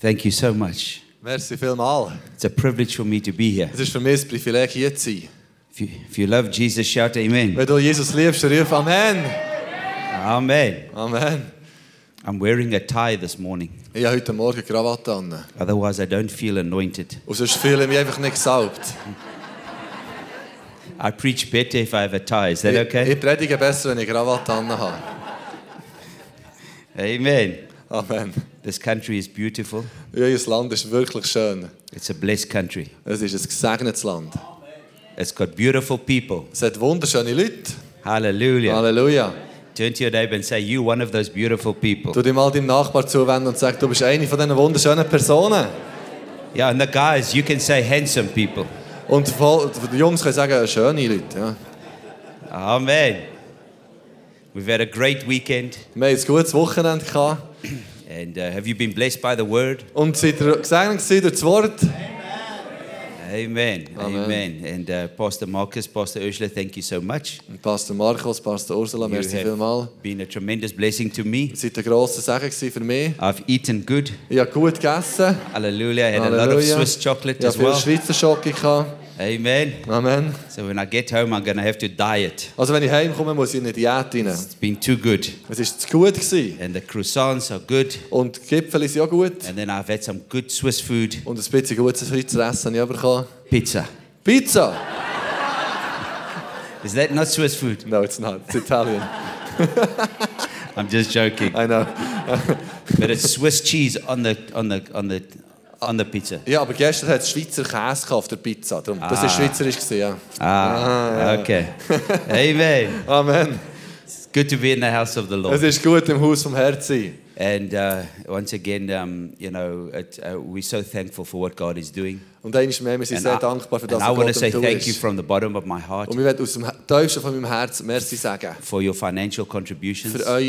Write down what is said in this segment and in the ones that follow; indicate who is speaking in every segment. Speaker 1: Thank you so much.
Speaker 2: Merci vielmals.
Speaker 1: It's a privilege for me to be here.
Speaker 2: Es ist für mich ein Privileg, hier zu sein.
Speaker 1: If you, if you love Jesus, shout amen.
Speaker 2: Wenn du Jesus liebst, ruf Amen.
Speaker 1: Amen.
Speaker 2: Amen.
Speaker 1: I'm wearing a tie this morning.
Speaker 2: Ich habe heute Morgen eine Krawatte an.
Speaker 1: Otherwise, I don't feel anointed.
Speaker 2: Und sonst fühle ich mich einfach nicht gesalbt.
Speaker 1: I preach better if I have a tie. Is that
Speaker 2: Ich,
Speaker 1: okay?
Speaker 2: ich predige besser, wenn ich eine Krawatte an habe.
Speaker 1: Amen.
Speaker 2: Amen.
Speaker 1: This country is beautiful.
Speaker 2: Unser Land ist wirklich schön.
Speaker 1: It's a blessed country.
Speaker 2: Es ist ein gesegnetes Land.
Speaker 1: It's got beautiful people.
Speaker 2: Es hat wunderschöne Leute.
Speaker 1: Hallelujah.
Speaker 2: Halleluja.
Speaker 1: Turn to your neighbor and say, You're one of those beautiful people.
Speaker 2: Tu dir mal deinem Nachbar zuwenden und sag, du bist eine von diesen wunderschönen Personen.
Speaker 1: Yeah, and the guys, you can say handsome people.
Speaker 2: Und voll, die Jungs können sagen, schöne Leute. Ja.
Speaker 1: Amen. We've had a great weekend.
Speaker 2: Wir hatten ein gutes Wochenende. Gehabt.
Speaker 1: And uh, have you been blessed by the word?
Speaker 2: Und seid ihr gesegnet gewesen durch das Wort?
Speaker 1: Amen. Amen. And uh, Pastor Marcus, Pastor Ursula, thank you so much.
Speaker 2: Und Pastor Markus, Pastor Ursula,
Speaker 1: You
Speaker 2: merci
Speaker 1: have
Speaker 2: vielmals.
Speaker 1: been a tremendous blessing to me.
Speaker 2: Ihr seid ein grosser Segen gewesen für mich.
Speaker 1: I've eaten good.
Speaker 2: Ich habe gut gegessen.
Speaker 1: Hallelujah. I had a lot of Swiss chocolate
Speaker 2: ich
Speaker 1: as
Speaker 2: habe viel
Speaker 1: well.
Speaker 2: Schweizer Schoki. gehabt.
Speaker 1: Amen.
Speaker 2: Amen.
Speaker 1: So when I get home, I'm going to have to diet.
Speaker 2: Also wenn ich heimkomme, muss ich in eine Diät rein.
Speaker 1: It's been too good.
Speaker 2: Es war zu gut. Gewesen.
Speaker 1: And the croissants are good.
Speaker 2: Und die Gipfel sind auch gut.
Speaker 1: And then I've had some good Swiss food.
Speaker 2: Und ein bisschen gutes Schweizer Essen habe ich bekommen.
Speaker 1: Pizza.
Speaker 2: Pizza!
Speaker 1: Is that not Swiss food?
Speaker 2: No, it's not. It's Italian.
Speaker 1: I'm just joking.
Speaker 2: I know.
Speaker 1: But it's Swiss cheese on the on the on the on the pizza.
Speaker 2: Ja, aber gestern hat es Schweizer Käse gehabt auf der Pizza. Darum, Das war schweizerisch. Gewesen, ja.
Speaker 1: Ah, okay. Amen.
Speaker 2: Amen.
Speaker 1: It's good to be in the house of the Lord.
Speaker 2: Es ist gut, im Haus vom Herz zu sein.
Speaker 1: And uh, once again, um, you know, it, uh, we're so thankful for what God is doing.
Speaker 2: Und einmal mehr, wir sind
Speaker 1: And
Speaker 2: sehr
Speaker 1: I,
Speaker 2: dankbar für
Speaker 1: and
Speaker 2: das,
Speaker 1: I
Speaker 2: was
Speaker 1: want to
Speaker 2: Gott
Speaker 1: say
Speaker 2: am Tun
Speaker 1: thank you
Speaker 2: ist.
Speaker 1: from the bottom of my heart
Speaker 2: Und wir werden aus dem He- Tiefsten von meinem Herzen Merci sagen
Speaker 1: for your financial contributions
Speaker 2: für eure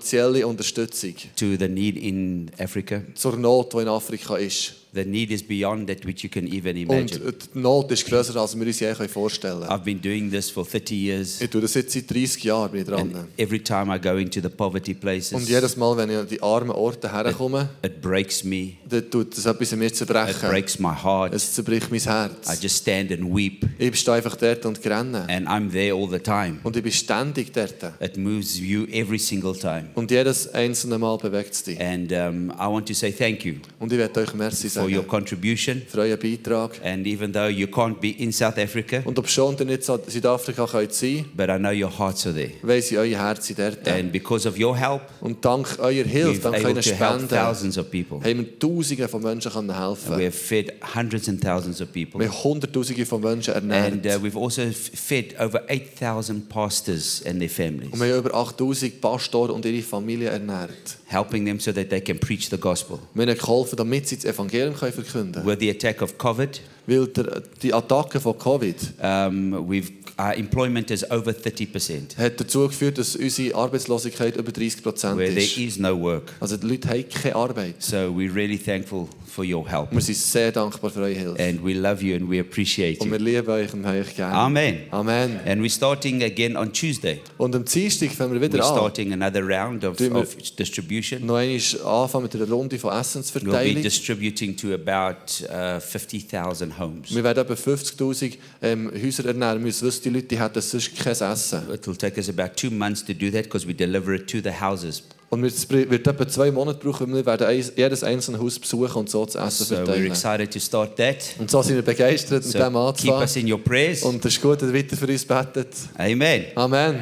Speaker 2: finanzielle Unterstützung
Speaker 1: to the need in Africa.
Speaker 2: zur Not, die in Afrika ist.
Speaker 1: The need is beyond that which you can even
Speaker 2: Und
Speaker 1: imagine.
Speaker 2: die Not ist grösser, als wir uns je können vorstellen können.
Speaker 1: I've been doing this for 30 years.
Speaker 2: Ich tue das jetzt seit 30 Jahren bin ich dran.
Speaker 1: And every time I go into the poverty
Speaker 2: Und
Speaker 1: places,
Speaker 2: jedes Mal, wenn ich an die armen Orte herkomme,
Speaker 1: it breaks me.
Speaker 2: dann tut das etwas in mir
Speaker 1: It
Speaker 2: zerbrechen.
Speaker 1: breaks my heart.
Speaker 2: Es zerbricht mein
Speaker 1: I
Speaker 2: Herz.
Speaker 1: just stand and weep.
Speaker 2: Ich stehe einfach dort und renne.
Speaker 1: And I'm there all the time.
Speaker 2: Und ich bin ständig dort.
Speaker 1: It moves you every single time.
Speaker 2: Und jedes einzelne Mal bewegt es dich.
Speaker 1: And um, I want to say thank you
Speaker 2: Und ich werde euch Merci
Speaker 1: for your
Speaker 2: sagen
Speaker 1: contribution.
Speaker 2: für euren Beitrag.
Speaker 1: And even though you can't be in South Africa,
Speaker 2: Und ob schon ihr nicht in Südafrika könnt sein
Speaker 1: but I know your hearts are there.
Speaker 2: weiss ich, euer Herz ist dort.
Speaker 1: And because of your help,
Speaker 2: Und dank eurer Hilfe,
Speaker 1: we've
Speaker 2: dank
Speaker 1: able
Speaker 2: euren
Speaker 1: to help
Speaker 2: Spenden, haben
Speaker 1: thousands of people.
Speaker 2: wir Tausenden von Menschen können helfen
Speaker 1: We have fed hundreds and thousands of people.
Speaker 2: Wir haben Hunderttausende von Menschen ernährt.
Speaker 1: And uh, we've also f- fed over 8,000 pastors and their
Speaker 2: Und
Speaker 1: families,
Speaker 2: wir haben über 8000 Pastoren und ihre Familie ernährt.
Speaker 1: helping them so that they can preach the gospel.
Speaker 2: Wir haben ihnen geholfen, damit sie das Evangelium können verkünden können.
Speaker 1: With the attack of COVID,
Speaker 2: Weil der, die Attacke von Covid
Speaker 1: um, we've, our employment is over 30%,
Speaker 2: hat dazu geführt, dass unsere Arbeitslosigkeit über 30 Prozent
Speaker 1: where there
Speaker 2: ist.
Speaker 1: is no work.
Speaker 2: Also die Leute haben keine Arbeit.
Speaker 1: So we're really thankful for your help.
Speaker 2: Wir sind sehr dankbar für eure Hilfe.
Speaker 1: And we love you and we appreciate
Speaker 2: Und
Speaker 1: you.
Speaker 2: wir lieben euch und haben euch gerne.
Speaker 1: Amen.
Speaker 2: Amen.
Speaker 1: And we're starting again on Tuesday.
Speaker 2: Und am Dienstag fangen wir
Speaker 1: We're
Speaker 2: wieder an.
Speaker 1: starting another round of,
Speaker 2: Doen we-
Speaker 1: of distribution.
Speaker 2: Noch einmal anfangen mit einer Runde von
Speaker 1: We'll be
Speaker 2: Essensverteilung.
Speaker 1: distributing to about uh, 50,000 homes.
Speaker 2: Wir werden etwa 50'000 ähm, Häuser ernähren müssen, weil die Leute die hätten sonst kein Essen.
Speaker 1: It'll take us about two months to do that because we deliver it to the houses.
Speaker 2: Und es wird etwa zwei Monate brauchen, weil wir werden eins- jedes einzelne Haus besuchen und so das Essen
Speaker 1: So we're
Speaker 2: verteilen.
Speaker 1: excited to start that.
Speaker 2: Und so sind wir begeistert, mit dem
Speaker 1: So keep
Speaker 2: anzufangen.
Speaker 1: us in your prayers.
Speaker 2: Und es ist gut, dass ihr weiter für uns betet.
Speaker 1: Amen.
Speaker 2: Amen.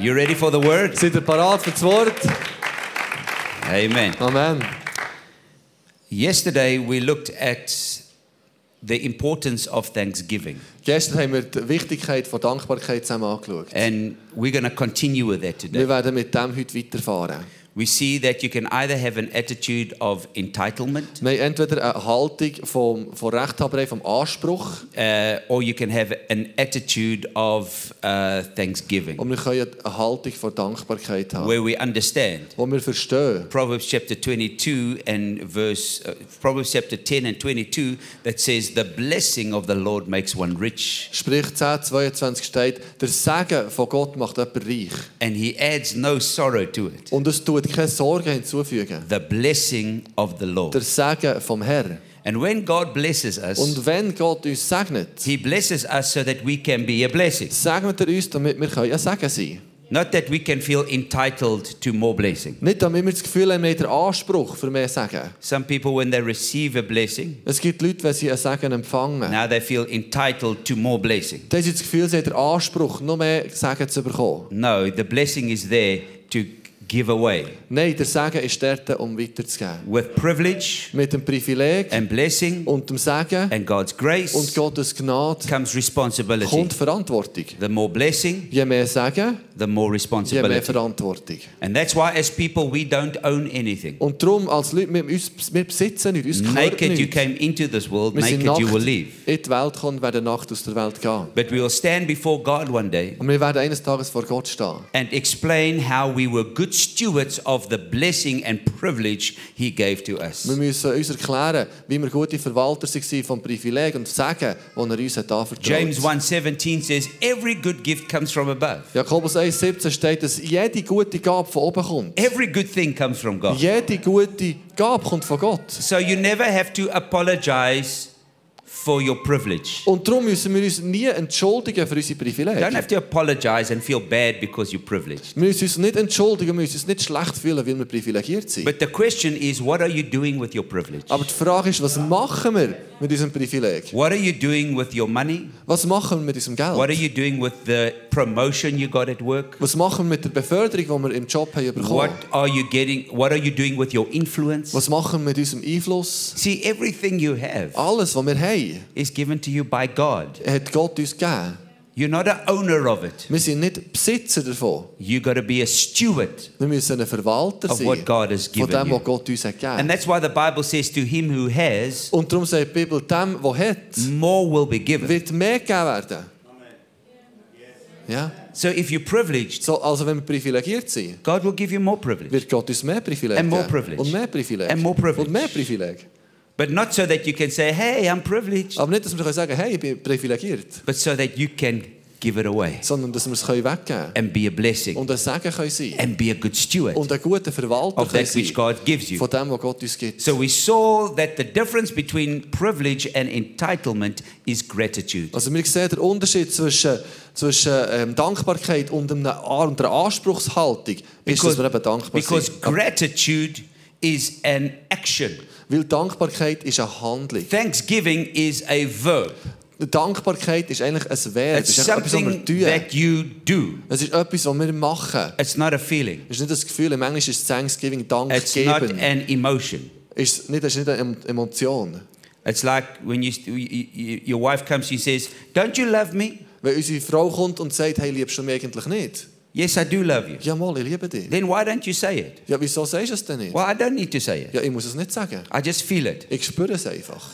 Speaker 1: You ready for the word?
Speaker 2: Seid ihr parat für das Wort?
Speaker 1: Amen.
Speaker 2: Amen.
Speaker 1: Yesterday we looked at the importance of thanksgiving.
Speaker 2: Gestern haben wir die Wichtigkeit von Dankbarkeit zusammen angeschaut.
Speaker 1: And we're going to continue with that today.
Speaker 2: Wir werden mit dem heute weiterfahren.
Speaker 1: We see that you can either have an attitude of entitlement
Speaker 2: Wir haben entweder eine Haltung vom, von Rechthaberei, vom Anspruch,
Speaker 1: uh, or you can have an attitude of uh, thanksgiving,
Speaker 2: und wir können eine Haltung von Dankbarkeit haben.
Speaker 1: where we understand.
Speaker 2: Wo wir verstehen,
Speaker 1: Proverbs chapter 22 and verse, uh, Proverbs chapter 10 and 22 that says, The blessing of the Lord makes one rich,
Speaker 2: Sprich 10, 22 steht, der Segen von Gott macht jemanden reich.
Speaker 1: and he adds no sorrow to it.
Speaker 2: Und es tut dort keine Sorgen hinzufügen.
Speaker 1: the blessing of the
Speaker 2: Der
Speaker 1: Lord.
Speaker 2: Segen vom Herrn.
Speaker 1: And when God blesses us,
Speaker 2: Und wenn Gott uns segnet,
Speaker 1: He blesses us so that we can be a blessing.
Speaker 2: segnet er uns, damit wir ein Segen sein können.
Speaker 1: Not that we can feel entitled to more blessing.
Speaker 2: Nicht, damit wir das Gefühl haben, wir haben den Anspruch für mehr Segen.
Speaker 1: Some people, when they receive a blessing,
Speaker 2: Es gibt Leute, wenn sie einen Segen empfangen,
Speaker 1: now they feel entitled to more blessing.
Speaker 2: dann haben sie das Gefühl, sie haben den Anspruch, noch mehr Segen zu bekommen.
Speaker 1: No, the blessing is there to give away
Speaker 2: Nein, der Segen ist dort, um weiterzugeben.
Speaker 1: with privilege
Speaker 2: Mit dem Privileg
Speaker 1: and blessing
Speaker 2: und dem Segen
Speaker 1: and God's
Speaker 2: und
Speaker 1: grace
Speaker 2: Gottes Gnade
Speaker 1: comes responsibility.
Speaker 2: kommt Verantwortung.
Speaker 1: The more blessing,
Speaker 2: Je mehr Segen,
Speaker 1: the more
Speaker 2: je mehr
Speaker 1: responsibility.
Speaker 2: Verantwortung.
Speaker 1: And that's why, as people, we don't own anything.
Speaker 2: Und darum, als Leute, wir, uns, wir besitzen nichts, uns gehört
Speaker 1: Naked you
Speaker 2: nichts.
Speaker 1: came into this world,
Speaker 2: Wir sind
Speaker 1: naked
Speaker 2: nackt
Speaker 1: you will
Speaker 2: in
Speaker 1: leave.
Speaker 2: die Welt gekommen und werden nackt aus der Welt gehen.
Speaker 1: But we will stand before God one day
Speaker 2: Und wir werden eines Tages vor Gott stehen.
Speaker 1: and explain how we were good stewards of the blessing and privilege He gave to
Speaker 2: Wir
Speaker 1: us.
Speaker 2: müssen uns erklären, wie wir gute Verwalter waren vom Privileg und Segen, die er uns hat anvertraut.
Speaker 1: James 1:17 says, "Every good gift comes from above.
Speaker 2: Jakobus 1,17 steht, dass jede gute Gabe von oben kommt.
Speaker 1: Every good thing comes from God."
Speaker 2: Jede gute Gabe kommt von Gott.
Speaker 1: So you never have to apologize for your privilege.
Speaker 2: Und darum müssen wir uns nie entschuldigen für unsere Privilegien.
Speaker 1: Don't have to apologize and feel bad because you're privileged.
Speaker 2: Wir müssen uns nicht entschuldigen, wir müssen uns nicht schlecht fühlen, weil wir privilegiert sind.
Speaker 1: But the question is, what are you doing with your privilege?
Speaker 2: Aber die Frage ist, was machen wir mit unserem Privileg?
Speaker 1: What are you doing with your money?
Speaker 2: Was machen wir mit unserem
Speaker 1: What are
Speaker 2: Geld?
Speaker 1: you doing with the promotion you got at work?
Speaker 2: Was machen wir mit der Beförderung, die wir im Job haben bekommen?
Speaker 1: What are you getting? What are you doing with your influence?
Speaker 2: Was machen wir mit unserem Einfluss?
Speaker 1: See, everything you have
Speaker 2: Alles, was wir haben,
Speaker 1: is given to you by God.
Speaker 2: hat Gott uns gegeben.
Speaker 1: You're not an owner of it.
Speaker 2: Wir sind nicht Besitzer davon.
Speaker 1: You got to be a steward
Speaker 2: Wir müssen ein Verwalter
Speaker 1: of
Speaker 2: sein
Speaker 1: what God has
Speaker 2: von
Speaker 1: given
Speaker 2: dem,
Speaker 1: you.
Speaker 2: was Gott uns hat
Speaker 1: And
Speaker 2: gegeben
Speaker 1: that's why the Bible says to him who has,
Speaker 2: Und darum sagt die Bibel, dem, der hat,
Speaker 1: more will be given.
Speaker 2: wird mehr gegeben werden. Ja?
Speaker 1: So if you're privileged,
Speaker 2: So, also wenn wir privilegiert sind,
Speaker 1: God will give you more privilege.
Speaker 2: wird Gott uns mehr Privileg
Speaker 1: And more
Speaker 2: geben.
Speaker 1: privilege.
Speaker 2: Und mehr Privileg.
Speaker 1: And more privilege.
Speaker 2: Und mehr Privileg.
Speaker 1: But not so that you can say, hey, I'm privileged,
Speaker 2: Aber nicht, dass wir können sagen hey, ich bin privilegiert,
Speaker 1: but so that you can give it away
Speaker 2: sondern dass wir es können weggeben können.
Speaker 1: and be a blessing
Speaker 2: Und ein Segen können sein.
Speaker 1: and be a good steward
Speaker 2: Und ein guter Verwalter
Speaker 1: of
Speaker 2: können
Speaker 1: that which
Speaker 2: sein.
Speaker 1: God gives you.
Speaker 2: Von dem, was Gott uns gibt.
Speaker 1: So we saw that the difference between privilege and entitlement is gratitude.
Speaker 2: Also wir sehen den Unterschied zwischen, zwischen ähm, Dankbarkeit und einer, und einer Anspruchshaltung, ist, dass wir eben dankbar
Speaker 1: because
Speaker 2: sind. Aber-
Speaker 1: gratitude is an action.
Speaker 2: Weil Dankbarkeit ist eine Handlung.
Speaker 1: Thanksgiving is a verb.
Speaker 2: Dankbarkeit ist eigentlich ein Verb,
Speaker 1: It's
Speaker 2: es ist eigentlich etwas,
Speaker 1: something
Speaker 2: was wir tun.
Speaker 1: that you do.
Speaker 2: Es ist etwas, was wir machen.
Speaker 1: It's not a feeling.
Speaker 2: Es ist nicht das Gefühl, im Englischen ist Thanksgiving Dank
Speaker 1: It's not
Speaker 2: geben.
Speaker 1: an emotion.
Speaker 2: Ist es nicht, es ist nicht eine Em- Emotion.
Speaker 1: It's like when you, you, you- your wife comes, she says, Don't you love me?
Speaker 2: Wenn unsere Frau kommt und sagt, hey, liebst du mich eigentlich nicht?
Speaker 1: Yes, I do love you.
Speaker 2: Ja, mal, ich liebe dich.
Speaker 1: Then why don't you say it?
Speaker 2: Ja, wieso sagst du es denn nicht?
Speaker 1: Well, I don't need to say it.
Speaker 2: Ja, ich muss es nicht sagen.
Speaker 1: I just feel it.
Speaker 2: Ich spüre es einfach.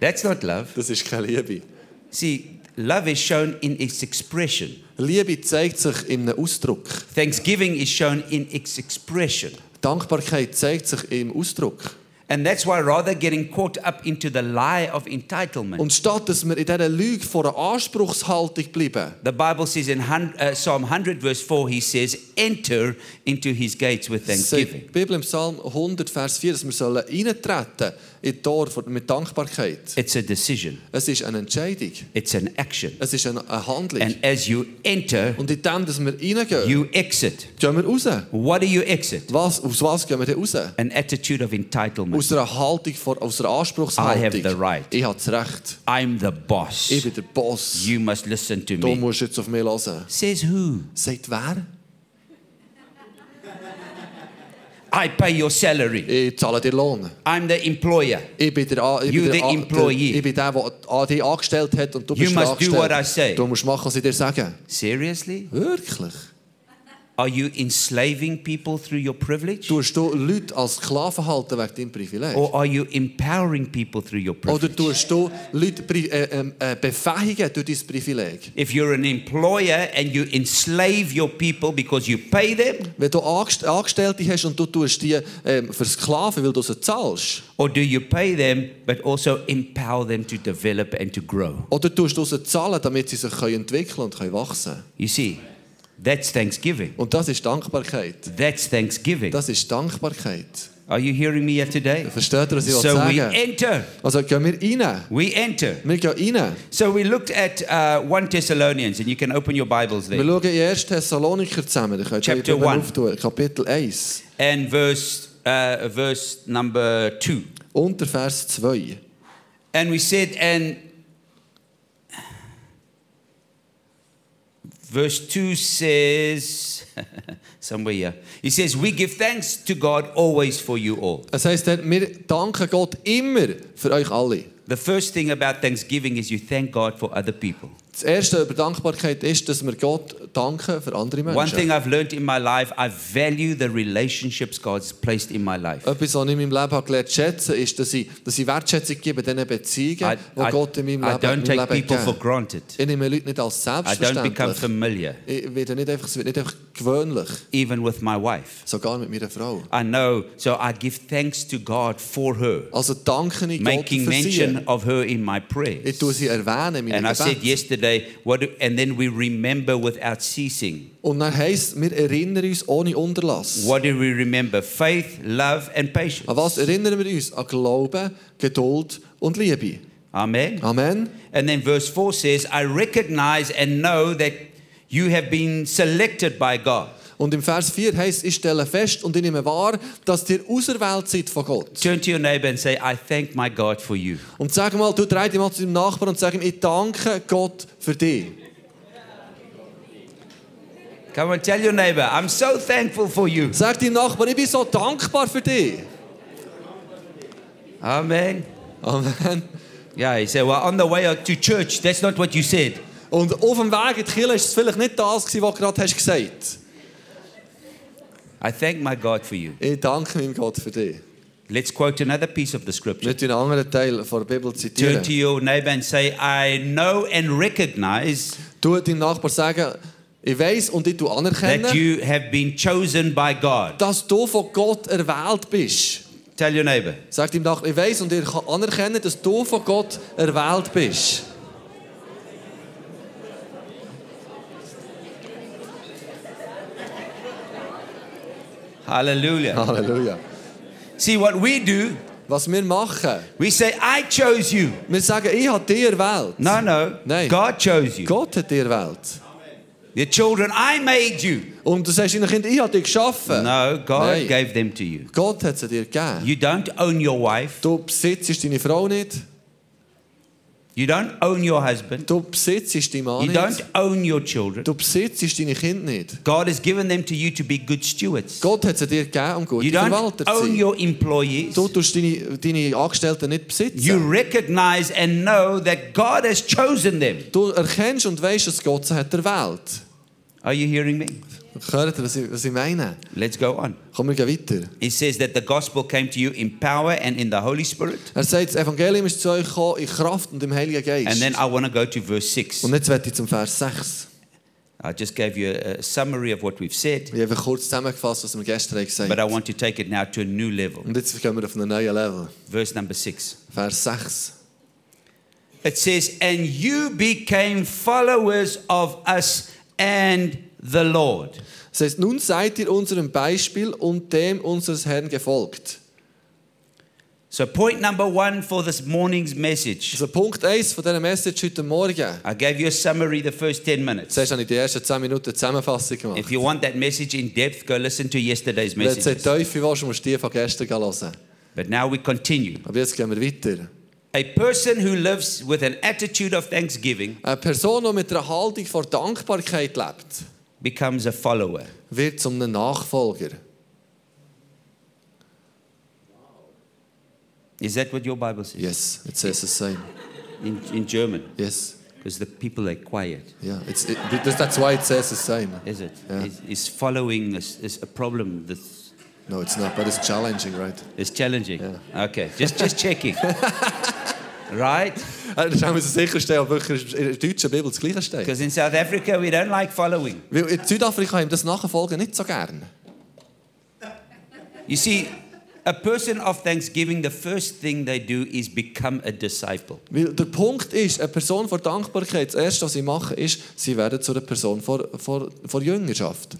Speaker 1: That's not love.
Speaker 2: Das ist keine Liebe.
Speaker 1: See, love is shown in its expression.
Speaker 2: Liebe zeigt sich in einem Ausdruck.
Speaker 1: Thanksgiving is shown in its expression.
Speaker 2: Dankbarkeit zeigt sich im Ausdruck.
Speaker 1: And that's why rather getting caught up into the lie of entitlement,
Speaker 2: Und statt dass wir in dieser Lüge vor einer Anspruchshaltung bleiben,
Speaker 1: the Bible says in hun- uh, Psalm 100, verse 4, he says, Enter into his gates with
Speaker 2: sagt die
Speaker 1: thanksgiving.
Speaker 2: Bibel im Psalm 100, Vers 4, dass wir sollen eintreten in die Tor von- mit Dankbarkeit.
Speaker 1: It's a decision,
Speaker 2: Es ist eine Entscheidung.
Speaker 1: it's an action.
Speaker 2: Es ist eine, eine Handlung.
Speaker 1: And as you enter,
Speaker 2: Und in dem, dass wir reingehen,
Speaker 1: you exit.
Speaker 2: gehen wir raus.
Speaker 1: What do you exit?
Speaker 2: Was, aus was gehen wir denn raus?
Speaker 1: An attitude of entitlement.
Speaker 2: Aus einer Haltung, vor, aus einer Anspruchshaltung.
Speaker 1: I have the right.
Speaker 2: Ich habe das Recht.
Speaker 1: I'm the boss.
Speaker 2: Ich bin der Boss.
Speaker 1: You must listen to
Speaker 2: Du
Speaker 1: me.
Speaker 2: musst jetzt auf mich hören.
Speaker 1: Says who?
Speaker 2: Sagt wer?
Speaker 1: I pay your salary.
Speaker 2: Ich zahle dir Lohn.
Speaker 1: I'm the employer.
Speaker 2: Ich bin der, A- ich
Speaker 1: You
Speaker 2: bin
Speaker 1: the
Speaker 2: der, A-
Speaker 1: employee.
Speaker 2: Der, ich bin der, der A- dich angestellt hat und du
Speaker 1: You
Speaker 2: bist der
Speaker 1: must do what I say.
Speaker 2: Angestellte. Du musst machen, was ich dir sage.
Speaker 1: Seriously?
Speaker 2: Wirklich?
Speaker 1: Are you enslaving people through your privilege?
Speaker 2: Tust du Leute als Sklaven halten wegen deinem Privileg?
Speaker 1: Or are you empowering people through your
Speaker 2: Oder
Speaker 1: privilege?
Speaker 2: tust du Leute pri- äh, ähm, äh, befähigen durch dein Privileg?
Speaker 1: If you're an employer and you enslave your people because you pay them,
Speaker 2: Wenn du Angst- Angestellte hast und du tust die ähm, versklaven, weil du sie zahlst,
Speaker 1: or do you pay them but also empower them to develop and to grow?
Speaker 2: oder tust du sie zahlen, damit sie sich können entwickeln und können wachsen
Speaker 1: You see, That's thanksgiving.
Speaker 2: Und das ist Dankbarkeit.
Speaker 1: That's thanksgiving.
Speaker 2: Das ist Dankbarkeit.
Speaker 1: Are you hearing me here today?
Speaker 2: Versteht ihr, was ich so
Speaker 1: So we e-
Speaker 2: sagen will?
Speaker 1: enter.
Speaker 2: Also gehen wir rein.
Speaker 1: We enter.
Speaker 2: Wir gehen rein.
Speaker 1: So we looked at uh, 1 Thessalonians, and you can open your Bibles
Speaker 2: Wir
Speaker 1: there,
Speaker 2: schauen in 1. Thessaloniker zusammen. Da könnt ihr
Speaker 1: Chapter
Speaker 2: drüber
Speaker 1: one.
Speaker 2: auftun. Kapitel 1.
Speaker 1: and verse, uh, verse number 2.
Speaker 2: Unter Vers 2.
Speaker 1: And we said, and verse 2 says, somewhere here, he says, We give thanks to God always for you all.
Speaker 2: Es heisst dort, wir danken Gott immer für euch alle.
Speaker 1: The first thing about thanksgiving is you thank God for other people.
Speaker 2: Das Erste über Dankbarkeit ist, dass wir Gott danken für andere
Speaker 1: One
Speaker 2: Menschen.
Speaker 1: thing I've learned in my life, I value the relationships God's placed in my life.
Speaker 2: Etwas, was ich in meinem Leben habe gelernt zu schätzen ist, dass ich, dass ich Wertschätzung gebe diesen
Speaker 1: I,
Speaker 2: Beziehungen, die
Speaker 1: I-
Speaker 2: Gott in meinem
Speaker 1: I
Speaker 2: Leben,
Speaker 1: don't
Speaker 2: meinem
Speaker 1: take
Speaker 2: Leben
Speaker 1: people for
Speaker 2: gegeben
Speaker 1: granted.
Speaker 2: Ich nehme Leute nicht als
Speaker 1: I don't become
Speaker 2: selbstverständlich.
Speaker 1: familiar,
Speaker 2: Ich werde nicht einfach, es wird nicht einfach gewöhnlich,
Speaker 1: even with my wife.
Speaker 2: sogar mit meiner Frau.
Speaker 1: I know, so I give thanks to God for her,
Speaker 2: Also danke ich Gott
Speaker 1: making
Speaker 2: für sie.
Speaker 1: mention of her in my
Speaker 2: Ich
Speaker 1: prayers.
Speaker 2: tue sie erwähnen in
Speaker 1: And I
Speaker 2: meinem
Speaker 1: said
Speaker 2: Gebet.
Speaker 1: yesterday, what do- and then we remember without ceasing.
Speaker 2: Und dann heisst, wir erinnern uns ohne Unterlass.
Speaker 1: What do we remember? Faith, love, and patience.
Speaker 2: An was erinnern wir uns? An Glauben, Geduld und Liebe.
Speaker 1: Amen.
Speaker 2: Amen.
Speaker 1: And then verse 4 says, I recognize and know that you have been selected by God.
Speaker 2: Und im Vers 4 heißt ich stelle fest und ich nehme wahr, dass ihr auserwählt seid von Gott.
Speaker 1: Turn to your neighbor and say, I thank my God for you.
Speaker 2: Und sag mal, du dreh dich mal zu deinem Nachbarn und sag ihm, ich danke Gott für dich.
Speaker 1: Come on, tell your neighbor, I'm so thankful for you.
Speaker 2: Sag deinem Nachbarn, ich bin so dankbar für dich.
Speaker 1: Amen.
Speaker 2: Amen.
Speaker 1: Yeah, he said, well, on the way to church, that's not what you said.
Speaker 2: Und auf dem Weg in die Kirche war es vielleicht nicht das, gewesen, was du gerade hast gesagt hast.
Speaker 1: I thank my God for you.
Speaker 2: Ich danke meinem Gott für dich.
Speaker 1: Let's quote another piece of the scripture.
Speaker 2: Nicht einen anderen Teil von der Bibel
Speaker 1: Turn
Speaker 2: zitieren.
Speaker 1: to your neighbor and say, I know and recognize
Speaker 2: Du deinem Nachbarn sagen, ich weiß und ich tu
Speaker 1: that
Speaker 2: anerkennen,
Speaker 1: you have been chosen by God.
Speaker 2: dass du von Gott erwählt bist.
Speaker 1: Tell your neighbor,
Speaker 2: Sag deinem Nachbarn, ich weiß und ich kann anerkennen, dass du von Gott erwählt bist.
Speaker 1: hallelujah.
Speaker 2: Halleluja.
Speaker 1: See, what we do,
Speaker 2: Was wir machen,
Speaker 1: we say, I chose you.
Speaker 2: wir sagen, ich habe dich erwählt.
Speaker 1: No, no,
Speaker 2: No.
Speaker 1: God chose you.
Speaker 2: Gott hat dich erwählt.
Speaker 1: Your children, I made you.
Speaker 2: Und du sagst deinen Kindern, ich habe dich geschaffen.
Speaker 1: No, God
Speaker 2: No.
Speaker 1: gave them to you.
Speaker 2: Gott hat sie dir gegeben.
Speaker 1: You don't own your wife.
Speaker 2: Du besitzt deine Frau nicht.
Speaker 1: You don't own your husband.
Speaker 2: Du besitzt deinen Mann
Speaker 1: You
Speaker 2: nicht.
Speaker 1: don't own your children.
Speaker 2: Du besitzt deine Kinder nicht.
Speaker 1: God has given them to you to be good stewards.
Speaker 2: Gott hat sie dir gegeben, um gute
Speaker 1: You don't
Speaker 2: Verwalter zu
Speaker 1: own
Speaker 2: sein.
Speaker 1: your employees.
Speaker 2: Du tust deine, deine Angestellten nicht
Speaker 1: You
Speaker 2: besitzen.
Speaker 1: recognize and know that God has chosen them.
Speaker 2: Du erkennst und weißt, dass Gott sie hat erwählt.
Speaker 1: Are you hearing me?
Speaker 2: Hört ihr, was ich, was ich meine?
Speaker 1: Let's go on.
Speaker 2: Komm, wir gehen weiter.
Speaker 1: It says that the gospel came to you in power and in the Holy Spirit.
Speaker 2: Er sagt, das Evangelium ist zu euch gekommen in Kraft und im Heiligen Geist.
Speaker 1: And then I want to go to verse 6.
Speaker 2: und jetzt werde ich zum Vers 6.
Speaker 1: I just gave you a a summary of what we've said,
Speaker 2: Ich habe einfach kurz zusammengefasst, was wir gestern haben gesagt
Speaker 1: but I
Speaker 2: haben.
Speaker 1: want to take it now to a new level.
Speaker 2: Und jetzt gehen wir auf einen neuen Level.
Speaker 1: Verse number 6.
Speaker 2: Vers 6.
Speaker 1: It says, And you became followers of us and the Lord.
Speaker 2: Das heißt, nun seid ihr unserem Beispiel und dem unseres Herrn gefolgt.
Speaker 1: So, point number one for this morning's message.
Speaker 2: Also Punkt 1 von dieser Message heute Morgen.
Speaker 1: I gave you a summary the first 10 minutes.
Speaker 2: Zuerst habe ich die ersten 10 Minuten Zusammenfassung gemacht.
Speaker 1: If you want that message in depth, go listen to yesterday's
Speaker 2: Wenn du
Speaker 1: message.
Speaker 2: Teufel willst, musst du die von gestern hören.
Speaker 1: But now we continue.
Speaker 2: Aber jetzt gehen wir weiter.
Speaker 1: A person who lives with an attitude of thanksgiving
Speaker 2: Eine Person, die mit einer Haltung vor Dankbarkeit lebt,
Speaker 1: becomes a follower.
Speaker 2: wird zum einem Nachfolger.
Speaker 1: Is that what your Bible says?
Speaker 2: Yes, it says the same.
Speaker 1: In, in German.
Speaker 2: Yes,
Speaker 1: Because the people are quiet.
Speaker 2: yeah, it's, it, that's why it says the same.
Speaker 1: Is it? Is
Speaker 2: Yeah.
Speaker 1: is following is, is a problem that's
Speaker 2: No, it's not, but it's challenging, right?
Speaker 1: is challenging. Okay, just, just checking. right?
Speaker 2: Dann müssen Äh, wir sicherstellen, ob wirklich in der deutschen Bibel das Gleiche steht.
Speaker 1: Because in South Africa, we don't like following.
Speaker 2: Weil in Südafrika haben das Nachfolgen nicht so gern.
Speaker 1: You see, a person of thanksgiving, the first thing they do is become a disciple.
Speaker 2: Weil der Punkt ist, eine Person vor Dankbarkeit, das Erste, was sie machen, ist, sie werden zu einer Person vor, vor, vor Jüngerschaft.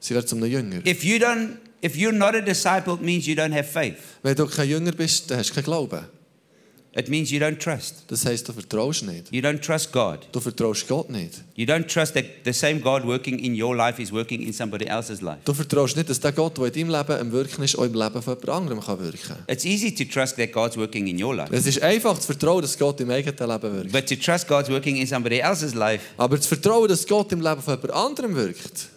Speaker 2: Sie werden zu einem Jünger.
Speaker 1: If you don't, if you're not a disciple, it means you don't have faith.
Speaker 2: Wenn du kein Jünger bist, dann hast du keinen Glauben.
Speaker 1: It means you don't trust.
Speaker 2: Das heisst, du vertraust nicht.
Speaker 1: You don't trust God.
Speaker 2: Du vertraust Gott nicht.
Speaker 1: You don't trust that the same God working in your life is working in somebody else's life.
Speaker 2: Du vertraust nicht, dass der Gott, der in deinem Leben am Wirken ist, auch im Leben von jemand anderem kann wirken
Speaker 1: It's easy to trust that God's working in your life,
Speaker 2: Es ist einfach zu vertrauen, dass Gott im eigenen Leben wirkt.
Speaker 1: but to trust God's working in somebody else's life.
Speaker 2: Aber zu vertrauen, dass Gott im Leben von jemand anderem wirkt.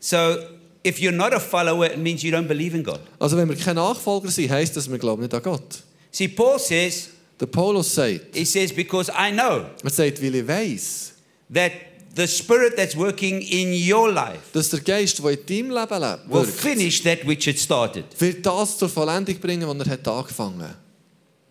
Speaker 1: So if you're not a follower, it means you don't believe in God.
Speaker 2: Also wenn wir kein Nachfolger sind, heisst das, wir glauben nicht an Gott.
Speaker 1: See, Paul says,
Speaker 2: Der Paulus sagt,
Speaker 1: he says, because I know
Speaker 2: er sagt, weil ich weiss,
Speaker 1: that the spirit that's working in your life
Speaker 2: dass der Geist, der in deinem Leben lebt,
Speaker 1: will
Speaker 2: wirkt,
Speaker 1: finish that which it started.
Speaker 2: wird das zur Vollendung bringen, was er hat angefangen hat.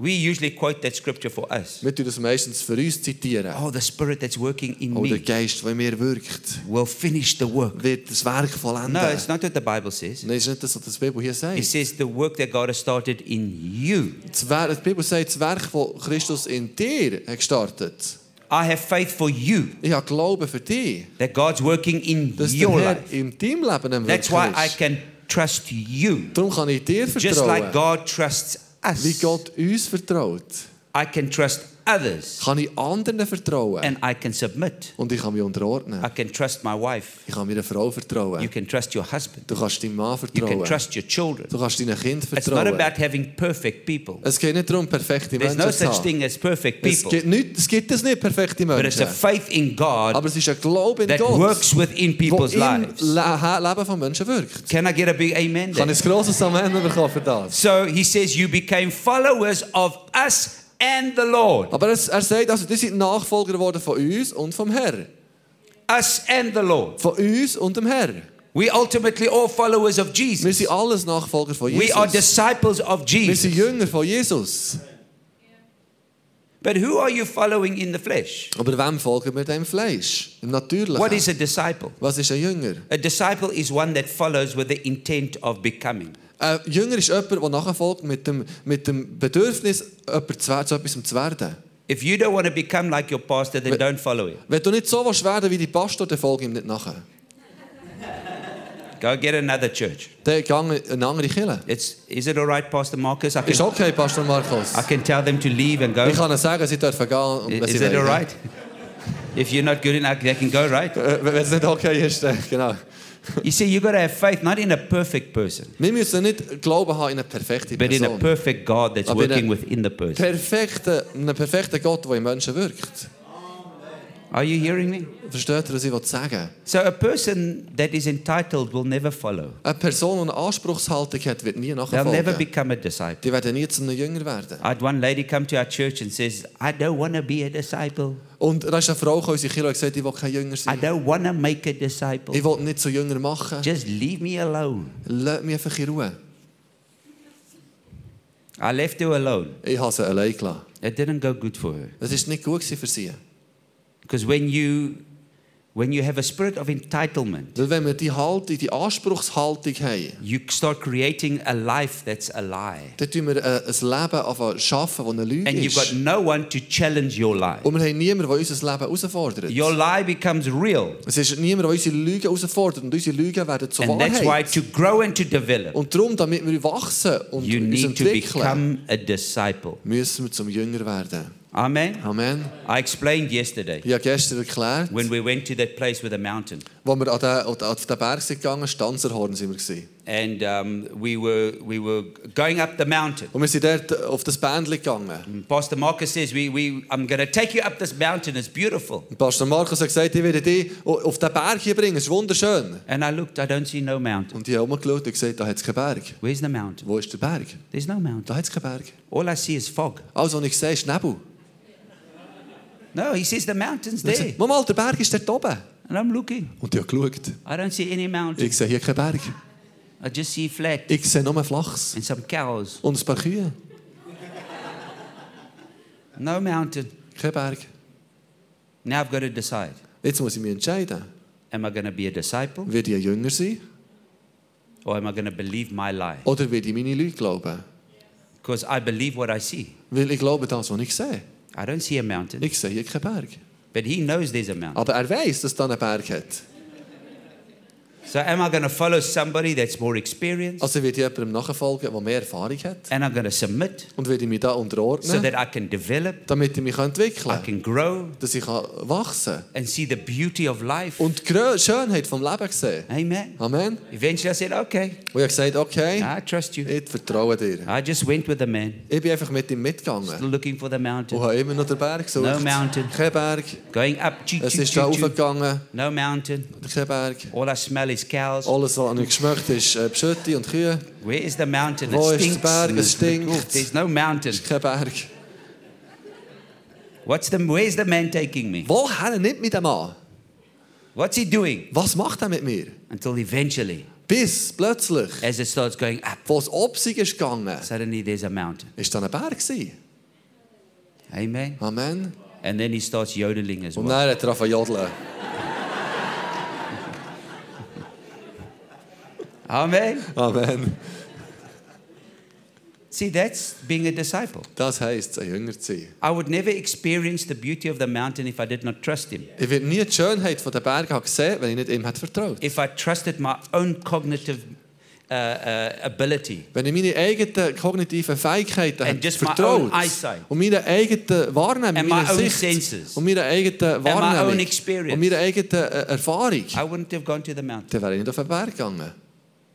Speaker 1: We usually quote that scripture for us.
Speaker 2: Wir tun das meistens für uns zitieren.
Speaker 1: Oh, the spirit that's working in
Speaker 2: Oh, der
Speaker 1: me
Speaker 2: Geist, der in mir wirkt,
Speaker 1: will finish the work.
Speaker 2: wird das Werk vollenden.
Speaker 1: No, it's not what the Bible says.
Speaker 2: Nein, ist nicht das, was das Bibel hier sagt.
Speaker 1: It says the work that God has started in you.
Speaker 2: Das Werk, die Bibel sagt, das Werk, das Christus in dir hat gestartet
Speaker 1: I have faith for you
Speaker 2: Ich habe Glauben für dich,
Speaker 1: that God's working in
Speaker 2: dass
Speaker 1: your
Speaker 2: der Herr
Speaker 1: life.
Speaker 2: in deinem Leben am
Speaker 1: That's
Speaker 2: Wirken
Speaker 1: why I
Speaker 2: ist.
Speaker 1: can trust you.
Speaker 2: Darum kann ich dir
Speaker 1: Just like
Speaker 2: vertrauen.
Speaker 1: God trusts
Speaker 2: Wie
Speaker 1: us,
Speaker 2: Gott uns vertraut,
Speaker 1: I can trust others
Speaker 2: kann ich anderen vertrauen.
Speaker 1: and I can submit.
Speaker 2: Und ich kann mich unterordnen.
Speaker 1: I can trust my wife.
Speaker 2: Ich kann meiner Frau
Speaker 1: You
Speaker 2: vertrauen.
Speaker 1: can trust your husband.
Speaker 2: Du kannst deinem Mann
Speaker 1: You can
Speaker 2: vertrauen.
Speaker 1: trust your children.
Speaker 2: Du kannst deinem Kind
Speaker 1: It's not
Speaker 2: vertrauen.
Speaker 1: about having perfect people.
Speaker 2: Es geht nicht darum, perfekte
Speaker 1: There's
Speaker 2: Menschen
Speaker 1: no
Speaker 2: zu
Speaker 1: such
Speaker 2: haben.
Speaker 1: thing as perfect
Speaker 2: Es
Speaker 1: people,
Speaker 2: gibt, nicht, es gibt es nicht, perfekte
Speaker 1: but it's
Speaker 2: Menschen.
Speaker 1: a faith in God
Speaker 2: Aber es ist ein Glaube in
Speaker 1: that
Speaker 2: Gott,
Speaker 1: works within
Speaker 2: der
Speaker 1: people's
Speaker 2: im
Speaker 1: lives.
Speaker 2: Le Leben von Menschen wirkt.
Speaker 1: Can I get a big amen?
Speaker 2: Kann
Speaker 1: There?
Speaker 2: ich ein grosses Amen bekommen für das?
Speaker 1: So he says, You became followers of us and the Lord.
Speaker 2: Aber es, er sagt, also, die sind Nachfolger geworden von uns und vom Herr.
Speaker 1: Us and the Lord.
Speaker 2: Von uns und dem Herr.
Speaker 1: We ultimately all followers of
Speaker 2: Wir
Speaker 1: Jesus.
Speaker 2: sind alles Nachfolger von
Speaker 1: We are
Speaker 2: Jesus.
Speaker 1: disciples of
Speaker 2: Wir sind
Speaker 1: Jesus.
Speaker 2: Jünger von Jesus.
Speaker 1: But who are you following in the flesh?
Speaker 2: Aber wem folgen wir dem Fleisch? Im
Speaker 1: What is
Speaker 2: Natürlichen.
Speaker 1: a disciple?
Speaker 2: Was ist ein Jünger?
Speaker 1: A disciple is one that follows with the intent of becoming.
Speaker 2: Ein Jünger ist jemand, der nachfolgt mit dem, mit dem Bedürfnis, jemand zu, wer- zu etwas zu werden.
Speaker 1: If you don't want to become like your pastor, then don't follow him.
Speaker 2: Wenn du nicht so willst werden wie die Pastor, dann folge ihm nicht nachher.
Speaker 1: Go get another church.
Speaker 2: Dann gang in eine andere Kirche.
Speaker 1: It's, is it all right, Pastor Marcus? I
Speaker 2: Ist
Speaker 1: can,
Speaker 2: okay, Pastor Markus.
Speaker 1: I can tell them to leave and go.
Speaker 2: Ich kann ihnen sagen, sie dürfen gehen, und
Speaker 1: Ah, I-
Speaker 2: wenn
Speaker 1: Is
Speaker 2: sie
Speaker 1: it all
Speaker 2: wollen.
Speaker 1: right? If you're not good enough, they can go, right?
Speaker 2: Äh, Wenn es nicht okay ist, dann, genau.
Speaker 1: You see, you got to have faith, not in a perfect person,
Speaker 2: Wir müssen nicht Glauben haben in eine perfekte
Speaker 1: but in a
Speaker 2: Person.
Speaker 1: perfect God that's
Speaker 2: Aber in
Speaker 1: working
Speaker 2: een-
Speaker 1: within the person.
Speaker 2: Perfekte, einen perfekten Gott, der in Menschen wirkt.
Speaker 1: Are you hearing me?
Speaker 2: Versteht ihr, was ich sagen will?
Speaker 1: So a person that is entitled will never follow.
Speaker 2: Eine Person, die eine Anspruchshaltung hat, wird nie
Speaker 1: They'll never
Speaker 2: nachfolgen.
Speaker 1: become a disciple.
Speaker 2: Die werden nie zu einem Jünger werden.
Speaker 1: I had one lady come to our church and says, I don't want to be a disciple.
Speaker 2: Und da ist eine Frau gekommen, unsere Kirche, und gesagt, ich will kein Jünger
Speaker 1: I
Speaker 2: sein.
Speaker 1: don't want to make a disciple.
Speaker 2: Ich will nicht zu Jünger machen.
Speaker 1: Just leave me alone.
Speaker 2: Lass mich einfach in Ruhe.
Speaker 1: I left her alone.
Speaker 2: Ich habe sie allein gelassen.
Speaker 1: It didn't go good for her.
Speaker 2: Es war nicht gut für sie.
Speaker 1: Because when you when you have a spirit of entitlement,
Speaker 2: Weil wenn wir Dus die Haltung, die Anspruchshaltung haben,
Speaker 1: you start creating a life that's a lie.
Speaker 2: dann tun wir äh, ein Leben anfangen zu schaffen, das eine Lüge
Speaker 1: And you've got
Speaker 2: ist.
Speaker 1: no one to challenge your lie.
Speaker 2: Und wir haben niemanden, der unser Leben herausfordert.
Speaker 1: Your lie becomes real.
Speaker 2: Es ist niemand, der unsere Lügen herausfordert. Und unsere Lügen dus werden zur
Speaker 1: And that's why
Speaker 2: Wahrheit.
Speaker 1: to grow and to develop,
Speaker 2: Und darum, damit wir wachsen und
Speaker 1: you
Speaker 2: uns
Speaker 1: need to
Speaker 2: entwickeln,
Speaker 1: become a disciple.
Speaker 2: müssen wir zum Jünger werden.
Speaker 1: Amen.
Speaker 2: Amen.
Speaker 1: I explained yesterday
Speaker 2: Ich habe gestern erklärt,
Speaker 1: when we went to that place with a mountain.
Speaker 2: als wir an den, an den- an den Berg sind gegangen sind, Stanzerhorn sind wir. Gewesen.
Speaker 1: And um, we, were, we were going up the mountain.
Speaker 2: Und wir sind dort auf das Bändchen gegangen.
Speaker 1: And Pastor Marcus says, we, we, I'm going to take you up this mountain. It's beautiful.
Speaker 2: Und Pastor Markus hat gesagt, ich werde dich auf den Berg hier bringen, es ist wunderschön.
Speaker 1: And I looked, I don't see no mountain.
Speaker 2: Und ich habe umgeschaut und gesagt, da hat es keinen Berg.
Speaker 1: Where's the mountain?
Speaker 2: Wo ist der Berg?
Speaker 1: There's no mountain.
Speaker 2: Da hat es keinen Berg.
Speaker 1: All I see is fog.
Speaker 2: Alles, was ich sehe, ist Nebel.
Speaker 1: No, he says the mountain's
Speaker 2: Und ich
Speaker 1: there.
Speaker 2: sagte, Mama, der Berg ist dort oben.
Speaker 1: And I'm looking.
Speaker 2: Und ich habe geschaut.
Speaker 1: I don't see any mountain.
Speaker 2: Ich sehe hier keinen Berg.
Speaker 1: I just see flat
Speaker 2: Ich sehe nur Flachs.
Speaker 1: and some cows.
Speaker 2: Und ein paar Kühe.
Speaker 1: No mountain.
Speaker 2: Kein Berg.
Speaker 1: Now I've got to decide.
Speaker 2: Jetzt muss ich mich entscheiden.
Speaker 1: Am I going to be a disciple
Speaker 2: Werde ich ein Jünger sein?
Speaker 1: Or am I going to believe my lie?
Speaker 2: Oder werde ich meine Leute glauben?
Speaker 1: Because I believe what I see.
Speaker 2: Weil ich glaube das, was ich sehe.
Speaker 1: I don't see a mountain,
Speaker 2: Ich sehe hier keinen Berg.
Speaker 1: but he knows there's a mountain.
Speaker 2: Aber er weiß, dass da ein Berg hat.
Speaker 1: So am I going to follow somebody that's more experienced?
Speaker 2: Also werde ich jemandem nachfolgen, der mehr Erfahrung hat.
Speaker 1: And I'm going to submit
Speaker 2: Und werde ich mich da
Speaker 1: so
Speaker 2: unterordnen,
Speaker 1: that I can develop,
Speaker 2: damit ich mich
Speaker 1: I
Speaker 2: entwickeln kann.
Speaker 1: can grow,
Speaker 2: Dass ich kann wachsen
Speaker 1: and see the beauty of life.
Speaker 2: kann. Und die Grö- Schönheit vom Leben sehen.
Speaker 1: Amen.
Speaker 2: Amen.
Speaker 1: Eventually I said, okay,
Speaker 2: Und ich habe gesagt, okay,
Speaker 1: I trust you.
Speaker 2: ich vertraue dir.
Speaker 1: I just went with the man,
Speaker 2: Ich bin einfach mit ihm mitgegangen.
Speaker 1: still looking for the
Speaker 2: Und
Speaker 1: mountain.
Speaker 2: habe immer noch den Berg gesucht.
Speaker 1: No mountain.
Speaker 2: Kein Berg.
Speaker 1: Going up, choo,
Speaker 2: Es
Speaker 1: choo,
Speaker 2: ist da
Speaker 1: choo, choo.
Speaker 2: hochgegangen.
Speaker 1: no mountain.
Speaker 2: Kein Berg.
Speaker 1: All I smell is cows.
Speaker 2: Alles, was an mir geschmeckt ist, äh, Beschütte und Kühe.
Speaker 1: Where is the mountain?
Speaker 2: Wo
Speaker 1: It
Speaker 2: ist der
Speaker 1: stinks.
Speaker 2: Berg? Es
Speaker 1: Oh,
Speaker 2: stinkt.
Speaker 1: There's no mountain.
Speaker 2: Kein Berg.
Speaker 1: What's the, where's the man taking me?
Speaker 2: Woher nimmt mich der Mann?
Speaker 1: What's he doing?
Speaker 2: Was macht er mit mir?
Speaker 1: Until eventually,
Speaker 2: Bis plötzlich,
Speaker 1: as it starts going up,
Speaker 2: wo es obsig ist gegangen,
Speaker 1: suddenly there's a mountain.
Speaker 2: ist dann ein Berg gewesen.
Speaker 1: Amen.
Speaker 2: Amen.
Speaker 1: And then he starts yodeling as
Speaker 2: Und
Speaker 1: well.
Speaker 2: dann hat er angefangen zu jodeln.
Speaker 1: Amen.
Speaker 2: Amen.
Speaker 1: See, that's being a disciple.
Speaker 2: Das heisst, ein Jünger zu sein.
Speaker 1: I would never experience the beauty of the mountain if I did not trust him.
Speaker 2: Ich werde nie die Schönheit von der Berge haben gesehen, wenn ich nicht ihm hätte vertraut
Speaker 1: If I trusted my own cognitive uh, uh, ability.
Speaker 2: Wenn ich meine eigenen kognitiven Fähigkeiten
Speaker 1: And
Speaker 2: hätte
Speaker 1: just my
Speaker 2: vertraut
Speaker 1: own eyesight.
Speaker 2: und meine eigenen Wahrnehmung,
Speaker 1: And
Speaker 2: meine
Speaker 1: my own
Speaker 2: Sicht
Speaker 1: senses.
Speaker 2: und meine eigene
Speaker 1: my own
Speaker 2: Wahrnehmung
Speaker 1: experience.
Speaker 2: und meine eigene äh, Erfahrung,
Speaker 1: I wouldn't have gone to the mountain.
Speaker 2: dann wäre ich nicht auf den Berg gegangen.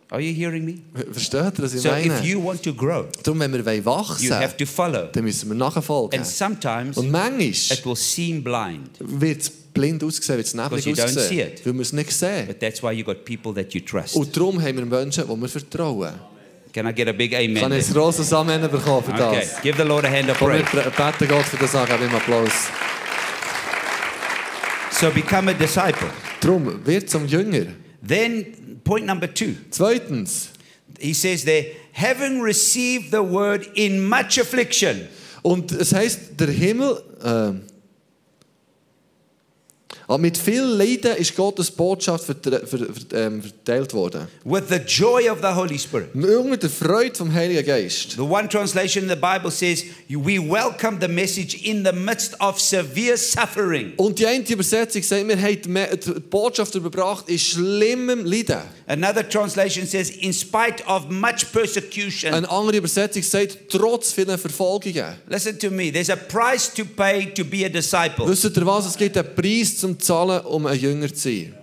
Speaker 1: Are you hearing me?
Speaker 2: Versteht ihr, was ich
Speaker 1: So if
Speaker 2: meine?
Speaker 1: you want to grow,
Speaker 2: Darum, wenn wir wollen
Speaker 1: you
Speaker 2: wachsen
Speaker 1: have to follow.
Speaker 2: dann müssen wir nachfolgen.
Speaker 1: And sometimes
Speaker 2: Und manchmal
Speaker 1: it will seem blind,
Speaker 2: wird es blind ausgesehen, wird es
Speaker 1: Because you
Speaker 2: neblig
Speaker 1: don't see it.
Speaker 2: ausgesehen, weil wir es nicht sehen.
Speaker 1: but that's why you got people that you trust.
Speaker 2: Und darum haben wir Menschen, die wir vertrauen.
Speaker 1: Can I get a big
Speaker 2: Ich
Speaker 1: amen?
Speaker 2: kann
Speaker 1: there?
Speaker 2: ein grosses Amen bekommen für
Speaker 1: Okay,
Speaker 2: das.
Speaker 1: give the Lord a hand of
Speaker 2: Komm, wir
Speaker 1: praise.
Speaker 2: beten Gott für das an, geben ihm Applaus.
Speaker 1: So become a disciple.
Speaker 2: Darum, wird zum Jünger.
Speaker 1: Then, point number two,
Speaker 2: Zweitens,
Speaker 1: he says there, having received the word in much affliction.
Speaker 2: und es heißt, der Himmel. ähm, aber mit viel Leiden ist Gottes Botschaft vertre- ver- ver- ähm, verteilt worden.
Speaker 1: with the joy of the Holy Spirit.
Speaker 2: Unter der Freude vom Heiligen Geist.
Speaker 1: The one translation in the Bible says, We welcome the message in the midst of severe suffering.
Speaker 2: Und die eine Übersetzung sagt, wir haben die Me- die Botschaft überbracht in schlimmem Leiden.
Speaker 1: Another translation says, In spite of much persecution.
Speaker 2: Eine andere Übersetzung sagt, trotz vielen Verfolgungen.
Speaker 1: Listen to me, there's a price to pay to be a disciple.
Speaker 2: Wisst ihr was? Es gibt einen Preis zum Zahlen, um ein Jünger zu sein.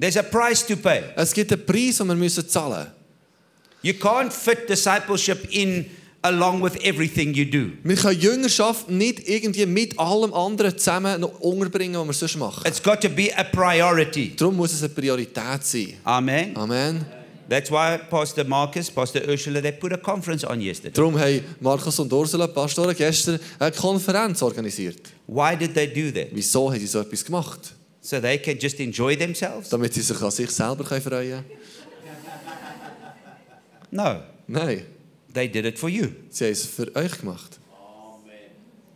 Speaker 1: There's a price to pay.
Speaker 2: Es gibt einen Preis, den wir müssen zahlen müssen.
Speaker 1: You can't fit discipleship in along with everything you do.
Speaker 2: Wir können Jüngerschaft nicht irgendwie mit allem anderen zusammen noch unterbringen, was wir sonst machen.
Speaker 1: It's got to be a priority.
Speaker 2: Darum muss es eine Priorität sein.
Speaker 1: Amen.
Speaker 2: Amen.
Speaker 1: That's why Pastor Marcus, Pastor Ursula, they put a conference on yesterday.
Speaker 2: Darum haben Markus und Ursula, die Pastoren, gestern eine Konferenz organisiert.
Speaker 1: Why did they do that?
Speaker 2: Wieso haben sie so etwas gemacht?
Speaker 1: So they can just enjoy themselves?
Speaker 2: Damit sie sich an sich selber können freuen können?
Speaker 1: No.
Speaker 2: Nein,
Speaker 1: They did it for you.
Speaker 2: sie haben es für euch gemacht.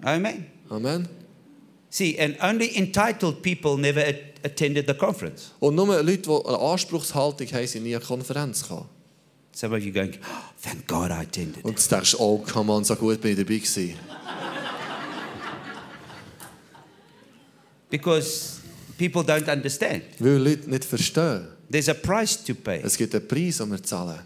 Speaker 1: Amen.
Speaker 2: Amen.
Speaker 1: See, and only entitled people never at- attended the conference.
Speaker 2: Und nur Leute, die eine Anspruchshaltung haben, sind nie an die Konferenz gekommen.
Speaker 1: Some of you going, "Oh, thank God I attended.
Speaker 2: Und du denkst, oh, come on, so gut bin ich dabei gewesen.
Speaker 1: Because people don't understand.
Speaker 2: Weil Leute nicht verstehen.
Speaker 1: There's a price to pay.
Speaker 2: Es gibt einen Preis, den wir zahlen.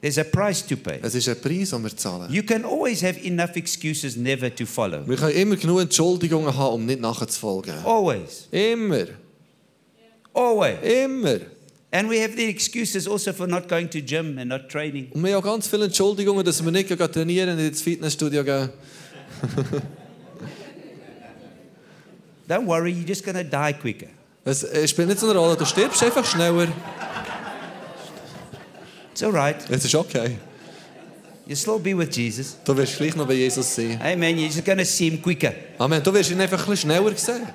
Speaker 1: There's a price to pay.
Speaker 2: Es ist ein Preis, den wir zahlen.
Speaker 1: You can always have enough excuses never to follow.
Speaker 2: Wir können immer genug Entschuldigungen haben, um nicht nachzufolgen.
Speaker 1: Always.
Speaker 2: Immer.
Speaker 1: Always.
Speaker 2: Immer.
Speaker 1: And we have the excuses also for not going to gym and not training.
Speaker 2: Und wir haben auch ganz viele Entschuldigungen, dass wir nicht gehen trainieren und ins Fitnessstudio gehen.
Speaker 1: Don't worry, you're just going to die quicker.
Speaker 2: Es, es spielt nicht so eine Rolle. Du stirbst einfach schneller.
Speaker 1: It's all right.
Speaker 2: Es ist okay.
Speaker 1: You'll still be with Jesus.
Speaker 2: Du wirst gleich noch bei Jesus sein.
Speaker 1: Amen. You're just going to see him quicker.
Speaker 2: Amen. Du wirst ihn einfach ein bisschen schneller sehen.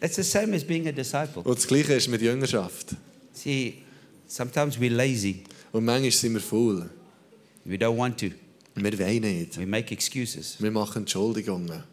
Speaker 1: That's the same as being a disciple.
Speaker 2: Und das Gleiche ist mit Jüngerschaft.
Speaker 1: See, sometimes we're lazy.
Speaker 2: Und manchmal sind wir faul.
Speaker 1: We don't want to.
Speaker 2: Wir wollen nicht.
Speaker 1: We make excuses.
Speaker 2: Wir machen Entschuldigungen.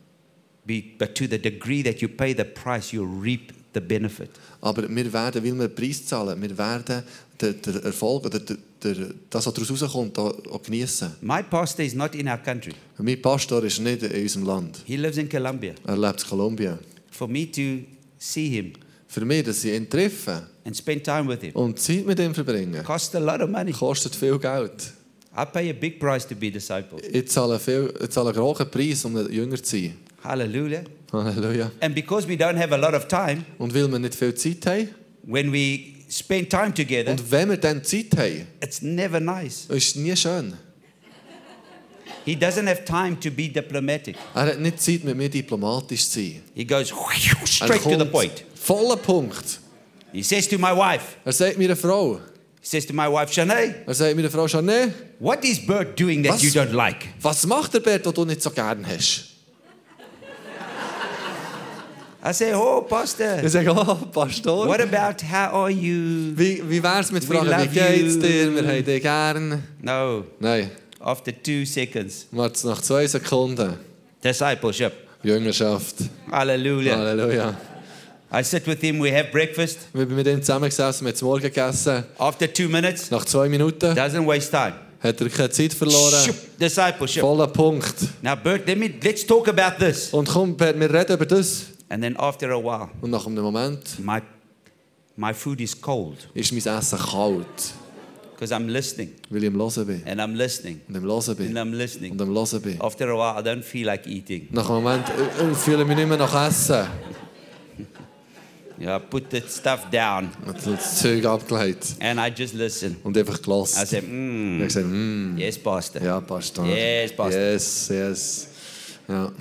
Speaker 1: Be, but to the degree that you pay the price, you reap the benefit.
Speaker 2: Aber wir werden, weil wir den Preis zahlen, wir werden den, den Erfolg oder den, den, das, was daraus rauskommt, auch, auch genießen.
Speaker 1: My pastor is not in our country.
Speaker 2: Mein Pastor ist nicht in unserem Land.
Speaker 1: He lives in Colombia.
Speaker 2: Er lebt in Kolumbien.
Speaker 1: For me to see him
Speaker 2: Für mich, dass ich ihn treffe
Speaker 1: and spend time with him
Speaker 2: und Zeit mit ihm verbringe,
Speaker 1: costs a lot of money.
Speaker 2: kostet viel Geld.
Speaker 1: I pay a big price to be discipled.
Speaker 2: Ich zahle, viel, ich zahle einen hohen Preis, um ein jünger zu sein.
Speaker 1: Hallelujah.
Speaker 2: Halleluja.
Speaker 1: And because we don't have a lot of time,
Speaker 2: Und weil wir nicht viel Zeit haben,
Speaker 1: when we spend time together,
Speaker 2: und wenn wir dann Zeit haben,
Speaker 1: it's never nice.
Speaker 2: ist es nie schön.
Speaker 1: He doesn't have time to be diplomatic.
Speaker 2: Er hat nicht Zeit, mit mir diplomatisch zu sein.
Speaker 1: He goes
Speaker 2: Er
Speaker 1: straight to the
Speaker 2: kommt
Speaker 1: point.
Speaker 2: Voller Punkt.
Speaker 1: He says to my wife,
Speaker 2: Er sagt mir eine Frau,
Speaker 1: he says to my wife, Shanae,
Speaker 2: er sagt mir eine Frau schon, nee,
Speaker 1: what is Bert doing that
Speaker 2: Was?
Speaker 1: you don't like?
Speaker 2: was macht der Bert, den du nicht so gern hast?
Speaker 1: I say, oh, Pastor,
Speaker 2: Ich sage, oh, Pastor,
Speaker 1: what about how are you?
Speaker 2: wie, wie wär's mit
Speaker 1: We
Speaker 2: Fragen, wie
Speaker 1: love
Speaker 2: geht's
Speaker 1: you.
Speaker 2: dir, wir haben dich gern.
Speaker 1: No,
Speaker 2: Nein,
Speaker 1: after two seconds.
Speaker 2: Mats, nach zwei Sekunden,
Speaker 1: Discipleship.
Speaker 2: Jüngerschaft,
Speaker 1: Hallelujah.
Speaker 2: Halleluja.
Speaker 1: I sit with him, we have breakfast.
Speaker 2: Wir haben mit ihm zusammengesessen, wir haben zu Morgen gegessen.
Speaker 1: After two minutes,
Speaker 2: Nach zwei Minuten
Speaker 1: doesn't waste time.
Speaker 2: hat er keine Zeit verloren.
Speaker 1: Shoop, discipleship.
Speaker 2: Voller Punkt.
Speaker 1: Now, Bert, let me let's talk about this.
Speaker 2: Und komm, Bert, wir reden über das.
Speaker 1: And then after a while,
Speaker 2: Und nach einem Moment
Speaker 1: my my food is cold
Speaker 2: ist mein Essen kalt,
Speaker 1: because I'm listening
Speaker 2: weil ich am Hören bin.
Speaker 1: and I'm listening
Speaker 2: Und am Hören
Speaker 1: and
Speaker 2: bin.
Speaker 1: I'm
Speaker 2: Und
Speaker 1: listening.
Speaker 2: am Hören bin.
Speaker 1: After a while, I don't feel like eating.
Speaker 2: Nach einem Moment äh, äh, fühle ich mich nicht mehr nach Essen.
Speaker 1: Yeah, I put the stuff down
Speaker 2: Und dann das Zeug abgelegt.
Speaker 1: and I just listen.
Speaker 2: Und einfach
Speaker 1: I
Speaker 2: gelassen.
Speaker 1: say, mm,
Speaker 2: Und ich gesagt, mm,
Speaker 1: yes, Pastor.
Speaker 2: ja, Pastor.
Speaker 1: Yes, Pastor.
Speaker 2: Yes, yes. Ja.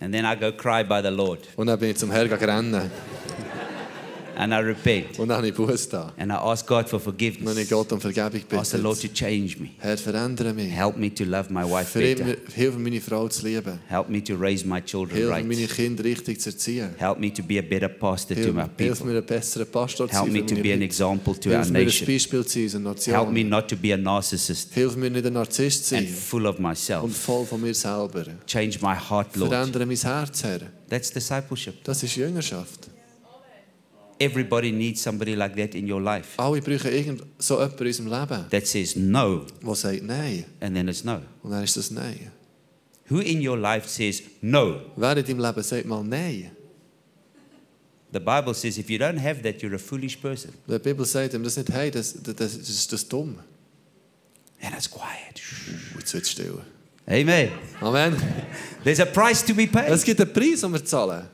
Speaker 1: And then I go cry by the Lord
Speaker 2: Und dann bin ich zum Herrn gerannt.
Speaker 1: and I repent
Speaker 2: Und dann habe ich Buße da.
Speaker 1: and I ask God for
Speaker 2: Und dann habe
Speaker 1: forgiveness.
Speaker 2: ich Gott um Vergebung
Speaker 1: Ask the Also, Lord
Speaker 2: bitte.
Speaker 1: to change me.
Speaker 2: Herr, verändere mich.
Speaker 1: Help me to love my wife
Speaker 2: Verhilf
Speaker 1: better.
Speaker 2: mir, hilf mir, meine Frau zu lieben.
Speaker 1: Help me to raise my children
Speaker 2: Hilf mir, meine
Speaker 1: right.
Speaker 2: Kinder richtig zu erziehen.
Speaker 1: Help me to be a better pastor to
Speaker 2: Hilf,
Speaker 1: my
Speaker 2: hilf
Speaker 1: people.
Speaker 2: mir, ein besserer Pastor zu
Speaker 1: Help
Speaker 2: sein.
Speaker 1: me
Speaker 2: für
Speaker 1: to
Speaker 2: meine
Speaker 1: be an
Speaker 2: Leute.
Speaker 1: example to our
Speaker 2: Hilf mir, ein
Speaker 1: nation.
Speaker 2: Beispiel zu sein, unserer
Speaker 1: Help me
Speaker 2: Nation.
Speaker 1: not to be a narcissist
Speaker 2: Hilf mir, nicht ein Narzisst zu
Speaker 1: and
Speaker 2: sein.
Speaker 1: full of
Speaker 2: Und
Speaker 1: myself.
Speaker 2: voll von mir selber.
Speaker 1: Change my heart, Lord.
Speaker 2: Verändere mein Herz, Herr.
Speaker 1: That's discipleship.
Speaker 2: Das ist Jüngerschaft.
Speaker 1: Everybody needs somebody like that in your life
Speaker 2: Alle brauchen irgend so jemanden in unserem Leben,
Speaker 1: that says no,
Speaker 2: der sagt Nein.
Speaker 1: and then it's no.
Speaker 2: Und dann ist das Nein.
Speaker 1: Who in your life says no?
Speaker 2: Wer in deinem Leben sagt mal Nein?
Speaker 1: The Bible says if you don't have that, you're a foolish person.
Speaker 2: Die Bibel sagt ihm das nicht, hey, das, das, das, das ist das dumm.
Speaker 1: And it's quiet. Shh.
Speaker 2: Und jetzt wird still.
Speaker 1: Amen.
Speaker 2: Amen.
Speaker 1: There's a price to be paid
Speaker 2: Es gibt einen Preis, den wir zahlen.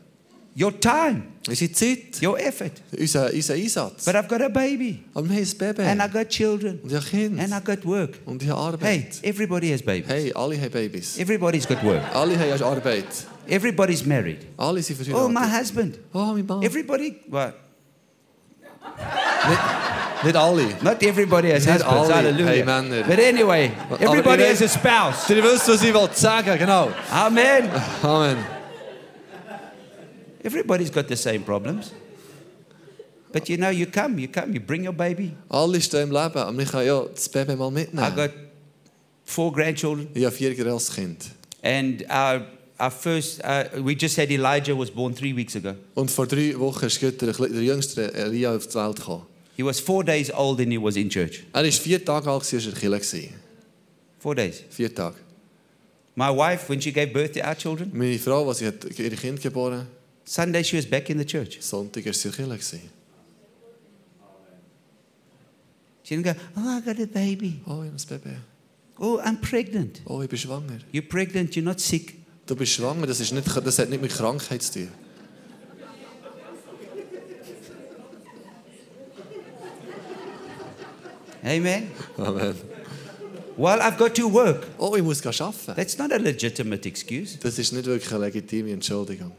Speaker 1: your time,
Speaker 2: Unsere Zeit,
Speaker 1: your effort.
Speaker 2: unser, unser Einsatz.
Speaker 1: But I've got a baby,
Speaker 2: Aber wir haben ein Baby.
Speaker 1: and I got children,
Speaker 2: Und ich habe
Speaker 1: and I
Speaker 2: Kinder.
Speaker 1: got work.
Speaker 2: Und ich habe
Speaker 1: Hey,
Speaker 2: Arbeit.
Speaker 1: everybody has babies.
Speaker 2: Hey, alle haben Babys.
Speaker 1: Everybody's got work.
Speaker 2: Alle haben Arbeit.
Speaker 1: Everybody's married.
Speaker 2: Alle sind
Speaker 1: Oh, my
Speaker 2: verheiratet.
Speaker 1: husband.
Speaker 2: Oh, mein Mann.
Speaker 1: Everybody, well,
Speaker 2: Nicht alle.
Speaker 1: not everybody has
Speaker 2: Not
Speaker 1: husbands.
Speaker 2: all-
Speaker 1: Hallelujah.
Speaker 2: Amen.
Speaker 1: But anyway,
Speaker 2: Well,
Speaker 1: everybody
Speaker 2: already-
Speaker 1: has a spouse.
Speaker 2: Ihr wisst, was ich wollte sagen, genau.
Speaker 1: Amen.
Speaker 2: Amen.
Speaker 1: Everybody's got the same problems. But you know, you come, you come, you bring your baby.
Speaker 2: Alle stehen im Leben, aber ich kann ja das Baby mal
Speaker 1: I
Speaker 2: mitnehmen.
Speaker 1: got four grandchildren,
Speaker 2: Ich habe vier Jahre als Kind.
Speaker 1: and our, our first, uh, we just had Elijah was born three weeks ago.
Speaker 2: Und vor drei Wochen ist gerade der, Kle- der jüngste Elia auf die Welt gekommen.
Speaker 1: He was four days old and he was in church.
Speaker 2: Er war vier Tage alt, als er in der Kirche war.
Speaker 1: Four days.
Speaker 2: Vier Tage.
Speaker 1: My wife, when she gave birth to our children,
Speaker 2: Meine Frau, als sie hat ihre Kinder geboren hat,
Speaker 1: Sunday she was back in the church.
Speaker 2: Sonntag war sie in der Kirche. gewesen.
Speaker 1: She didn't go, oh, I got a baby.
Speaker 2: Oh, ich habe ein Baby.
Speaker 1: Oh, I'm pregnant.
Speaker 2: Oh, ich bin schwanger.
Speaker 1: You're pregnant, you're not sick.
Speaker 2: Du bist schwanger, das, ist nicht, das hat nicht mit Krankheit zu tun.
Speaker 1: Amen.
Speaker 2: Amen.
Speaker 1: Well, I've got to work.
Speaker 2: Oh, ich muss gehen arbeiten.
Speaker 1: That's not a legitimate excuse.
Speaker 2: Das ist nicht wirklich eine legitime Entschuldigung.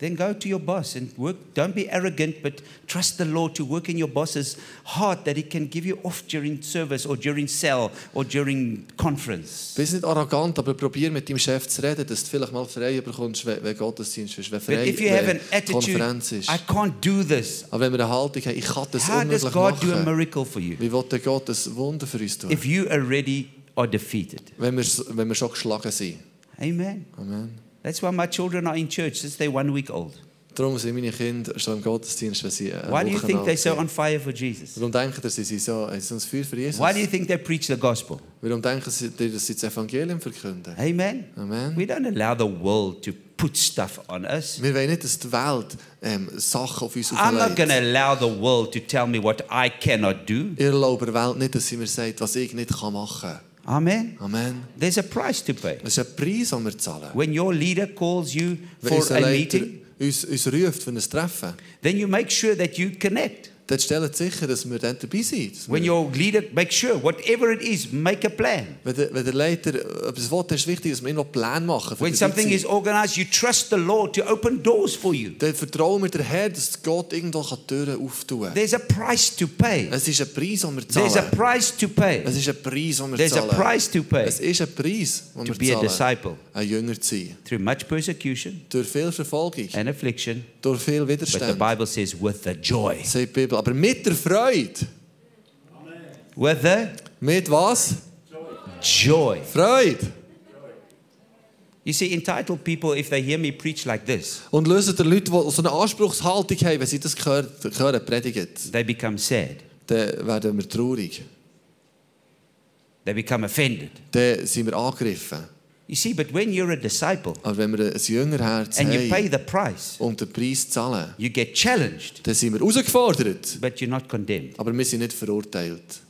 Speaker 1: then go to your boss and work. Don't be arrogant, but trust the Lord to work in your boss's heart that he can give you off during service or during cell or during conference.
Speaker 2: Bist nicht arrogant, aber probier mit deinem Chef zu reden, dass du vielleicht mal frei bekommst, wenn, wenn Gottesdienst ist, wenn
Speaker 1: But
Speaker 2: frei
Speaker 1: if you have an
Speaker 2: wenn
Speaker 1: attitude,
Speaker 2: Konferenz ist.
Speaker 1: I can't do this,
Speaker 2: Aber wenn wir eine Haltung haben, ich kann das
Speaker 1: how does
Speaker 2: unmöglich
Speaker 1: God do a
Speaker 2: machen.
Speaker 1: miracle for you
Speaker 2: dus Wie will der Gott ein Wunder für uns tun,
Speaker 1: if you already are defeated?
Speaker 2: wenn wir, wenn wir schon geschlagen sind?
Speaker 1: Amen.
Speaker 2: Amen.
Speaker 1: That's why my children are in church since they're one week old.
Speaker 2: Darum sind meine Kinder schon im Gottesdienst, wenn sie eine
Speaker 1: Why do you
Speaker 2: Woche
Speaker 1: think
Speaker 2: alt
Speaker 1: they're so
Speaker 2: sind.
Speaker 1: on fire for Jesus?
Speaker 2: Warum denken ihr, sie sind so, sie sind ein Feuer für Jesus?
Speaker 1: Why do you think they preach the gospel?
Speaker 2: Warum denken sie, dass sie das Evangelium verkünden?
Speaker 1: Amen.
Speaker 2: Amen.
Speaker 1: We don't allow the world to put stuff on us.
Speaker 2: Wir wollen nicht, dass die Welt ähm, Sachen auf uns
Speaker 1: I'm not going
Speaker 2: auflegt.
Speaker 1: to allow the world to tell me what I cannot do.
Speaker 2: Ich erlaube der Welt nicht, dass sie mir sagt, was ich nicht kann machen kann.
Speaker 1: Amen.
Speaker 2: Amen.
Speaker 1: There's a price to pay.
Speaker 2: Es ist ein Preis, den wir zahlen.
Speaker 1: When your leader calls you
Speaker 2: Wenn
Speaker 1: for
Speaker 2: unser
Speaker 1: a
Speaker 2: Leiter
Speaker 1: meeting,
Speaker 2: uns, uns ruft für ein Treffen,
Speaker 1: then you make sure that you connect.
Speaker 2: dann stellen Sie sicher, dass wir dann dabei sind. Dass
Speaker 1: When
Speaker 2: wir-
Speaker 1: your leader, make sure, whatever it is, make a plan.
Speaker 2: Wenn der, wenn der Leiter etwas will, dann ist es wichtig, dass wir immer Plan machen. für
Speaker 1: When
Speaker 2: die
Speaker 1: something
Speaker 2: Zeit.
Speaker 1: is organized, you trust the Lord to open doors for you.
Speaker 2: dann vertrauen wir der Herr, dass Gott irgendwo die Türen auftun kann.
Speaker 1: There's a price to pay.
Speaker 2: Es ist ein Preis, den wir
Speaker 1: There's a
Speaker 2: zahlen.
Speaker 1: price to pay.
Speaker 2: Es ist ein Preis, den wir
Speaker 1: There's a
Speaker 2: zahlen.
Speaker 1: price to pay
Speaker 2: Es ist ein Preis, den
Speaker 1: to
Speaker 2: wir
Speaker 1: be a
Speaker 2: zahlen.
Speaker 1: disciple
Speaker 2: Ein Jünger zu sein.
Speaker 1: through much persecution
Speaker 2: Durch viel Verfolgung,
Speaker 1: and affliction.
Speaker 2: durch viel
Speaker 1: But the
Speaker 2: Widerstand,
Speaker 1: Bible says, with the joy.
Speaker 2: sagt die Bibel. Aber mit der Freude.
Speaker 1: With the
Speaker 2: Mit was?
Speaker 1: joy.
Speaker 2: Freude.
Speaker 1: You see, entitled people, if they hear me preach like this,
Speaker 2: Und lösen die Leute, die so eine Anspruchshaltung haben, wenn sie das hören, hören predigen,
Speaker 1: they become sad.
Speaker 2: dann werden wir traurig.
Speaker 1: They become offended.
Speaker 2: Dann sind wir angegriffen.
Speaker 1: You see, but when you're a disciple
Speaker 2: Aber wenn wir ein Jüngerherz
Speaker 1: and you pay
Speaker 2: haben
Speaker 1: the price,
Speaker 2: und den Preis zahlen,
Speaker 1: you get challenged,
Speaker 2: dann sind wir herausgefordert.
Speaker 1: but you're not condemned
Speaker 2: Aber wir sind nicht verurteilt.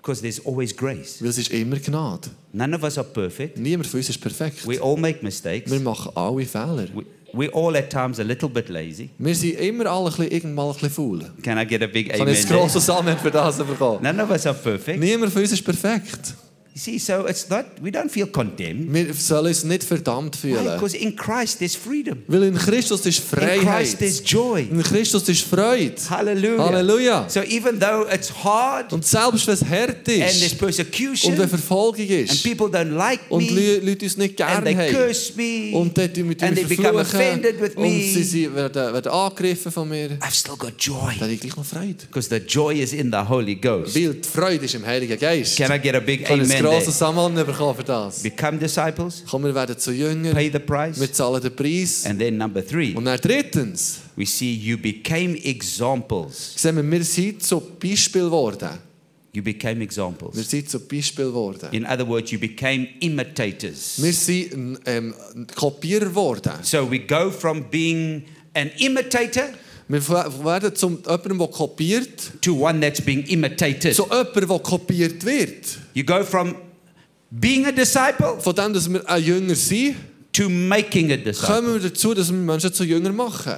Speaker 1: because there's always grace.
Speaker 2: Weil es ist immer Gnade.
Speaker 1: None of us are perfect.
Speaker 2: Niemand von uns ist perfekt.
Speaker 1: We all make mistakes.
Speaker 2: Wir machen alle Fehler.
Speaker 1: We, we're all at times a little bit lazy.
Speaker 2: Wir sind immer alle ein bisschen, irgendwann mal ein bisschen faul.
Speaker 1: Can I get a big
Speaker 2: Ich habe
Speaker 1: amen?
Speaker 2: jetzt ein
Speaker 1: there?
Speaker 2: grosses Amen für das bekommen.
Speaker 1: None of us are perfect.
Speaker 2: Niemand von uns ist perfekt.
Speaker 1: You see, so it's not, we don't feel condemned.
Speaker 2: Wir sollen uns nicht verdammt fühlen.
Speaker 1: Because in Christ there's freedom.
Speaker 2: Weil in Christus ist
Speaker 1: In Christ
Speaker 2: Freiheit.
Speaker 1: there's joy.
Speaker 2: In Christus ist Freude.
Speaker 1: Hallelujah.
Speaker 2: Halleluja.
Speaker 1: So even though it's hard and
Speaker 2: Und selbst wenn es hart
Speaker 1: there's
Speaker 2: ist und
Speaker 1: persecution
Speaker 2: wenn
Speaker 1: and
Speaker 2: Verfolgung ist
Speaker 1: people don't like
Speaker 2: und
Speaker 1: me
Speaker 2: Leu- Leute uns nicht
Speaker 1: and
Speaker 2: gerne
Speaker 1: they
Speaker 2: haben
Speaker 1: curse me
Speaker 2: und dort mit
Speaker 1: and
Speaker 2: uns
Speaker 1: they become
Speaker 2: verfluchen
Speaker 1: offended with
Speaker 2: und
Speaker 1: me,
Speaker 2: sie sind- werden, werden angegriffen von mir, dann
Speaker 1: I've still got joy
Speaker 2: habe ich gleich noch Freude.
Speaker 1: because the joy is in the Holy Ghost.
Speaker 2: Weil die Freude ist im Heiligen Geist.
Speaker 1: Can I get a big
Speaker 2: Ich habe ein
Speaker 1: amen? There?
Speaker 2: grosses Amen bekommen für das.
Speaker 1: Become disciples,
Speaker 2: Komm, wir werden zu Jüngern,
Speaker 1: pay the price,
Speaker 2: wir zahlen den Preis.
Speaker 1: and then number three,
Speaker 2: Und dann drittens
Speaker 1: we see you became examples.
Speaker 2: sehen wir, wir sind zu Beispiel geworden.
Speaker 1: You became
Speaker 2: Wir
Speaker 1: examples.
Speaker 2: sind zu Beispiel geworden.
Speaker 1: In other words, you became imitators.
Speaker 2: Wir sind ähm, Kopierer geworden.
Speaker 1: So we go from being an imitator
Speaker 2: Wir f- werden zu jemandem, der kopiert,
Speaker 1: to one that's being imitated.
Speaker 2: zu jemandem, der kopiert wird.
Speaker 1: You go from being a disciple
Speaker 2: Von dem, dass wir ein Jünger sind,
Speaker 1: to making a disciple.
Speaker 2: kommen wir dazu, dass wir Menschen zu Jünger machen.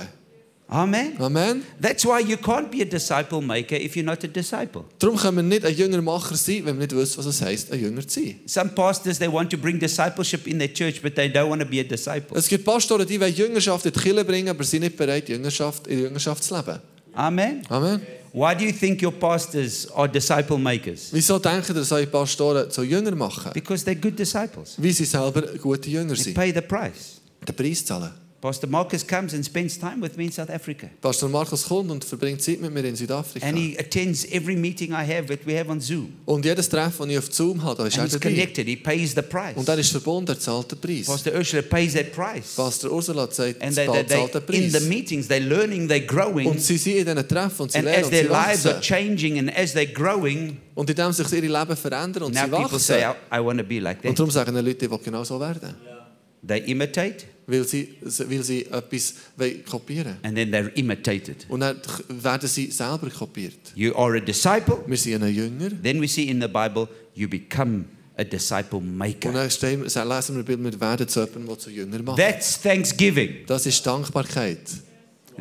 Speaker 1: Amen.
Speaker 2: Amen.
Speaker 1: That's why you can't be a disciple maker if you're not a disciple.
Speaker 2: Darum können wir nicht ein Jüngermacher sein, wenn wir nicht wissen, was es heisst, ein Jünger zu sein.
Speaker 1: Some pastors they want to bring discipleship in their church, but they don't want to be a disciple.
Speaker 2: Es gibt Pastoren, die wollen Jüngerschaft in die Kirche bringen, aber sie sind nicht bereit, Jüngerschaft in Jüngerschaft zu leben.
Speaker 1: Amen.
Speaker 2: Amen.
Speaker 1: Why do you think your pastors are disciple makers?
Speaker 2: Wieso denken ihr, dass eure Pastoren zu Jünger machen?
Speaker 1: Because they're good disciples.
Speaker 2: Weil sie selber gute Jünger
Speaker 1: They
Speaker 2: sind.
Speaker 1: pay the price.
Speaker 2: Den Preis zahlen.
Speaker 1: Pastor Marcus comes and spends time with me in South Africa.
Speaker 2: Pastor Markus kommt und verbringt Zeit mit mir in Südafrika.
Speaker 1: And he attends every meeting I have that we have on Zoom.
Speaker 2: Und jedes Treffen, das ich auf Zoom habe, da ist
Speaker 1: And
Speaker 2: er
Speaker 1: he's
Speaker 2: dabei.
Speaker 1: connected. He pays the price.
Speaker 2: Und er ist verbunden, er zahlt den Preis.
Speaker 1: Pastor Ursula pays that price.
Speaker 2: Pastor Ursula sagt,
Speaker 1: And
Speaker 2: er
Speaker 1: they, they,
Speaker 2: zahlt
Speaker 1: they,
Speaker 2: den
Speaker 1: in the
Speaker 2: Preis.
Speaker 1: meetings, they're learning, they're growing.
Speaker 2: Und sie sind in diesen Treffen und sie
Speaker 1: And
Speaker 2: lernen
Speaker 1: as
Speaker 2: und
Speaker 1: their
Speaker 2: sie
Speaker 1: lives are
Speaker 2: wachsen.
Speaker 1: changing and as they're growing,
Speaker 2: Und indem sich ihre Leben verändern und
Speaker 1: now
Speaker 2: sie
Speaker 1: people say, "Oh,
Speaker 2: wachsen.
Speaker 1: I, I want to be like
Speaker 2: Und
Speaker 1: that.
Speaker 2: darum sagen die Leute, die genau so werden.
Speaker 1: They imitate
Speaker 2: Weil sie, weil sie etwas wollen kopieren
Speaker 1: and then they're imitated.
Speaker 2: Und dann werden sie selber kopiert.
Speaker 1: You are a disciple.
Speaker 2: Wir sind ein Jünger.
Speaker 1: Then we see in the Bible, you become a disciple
Speaker 2: Und
Speaker 1: maker.
Speaker 2: dann stehen, dann lesen wir ein Bild, wir werden zu jemandem, der zu Jünger macht.
Speaker 1: That's thanksgiving.
Speaker 2: Das ist Dankbarkeit.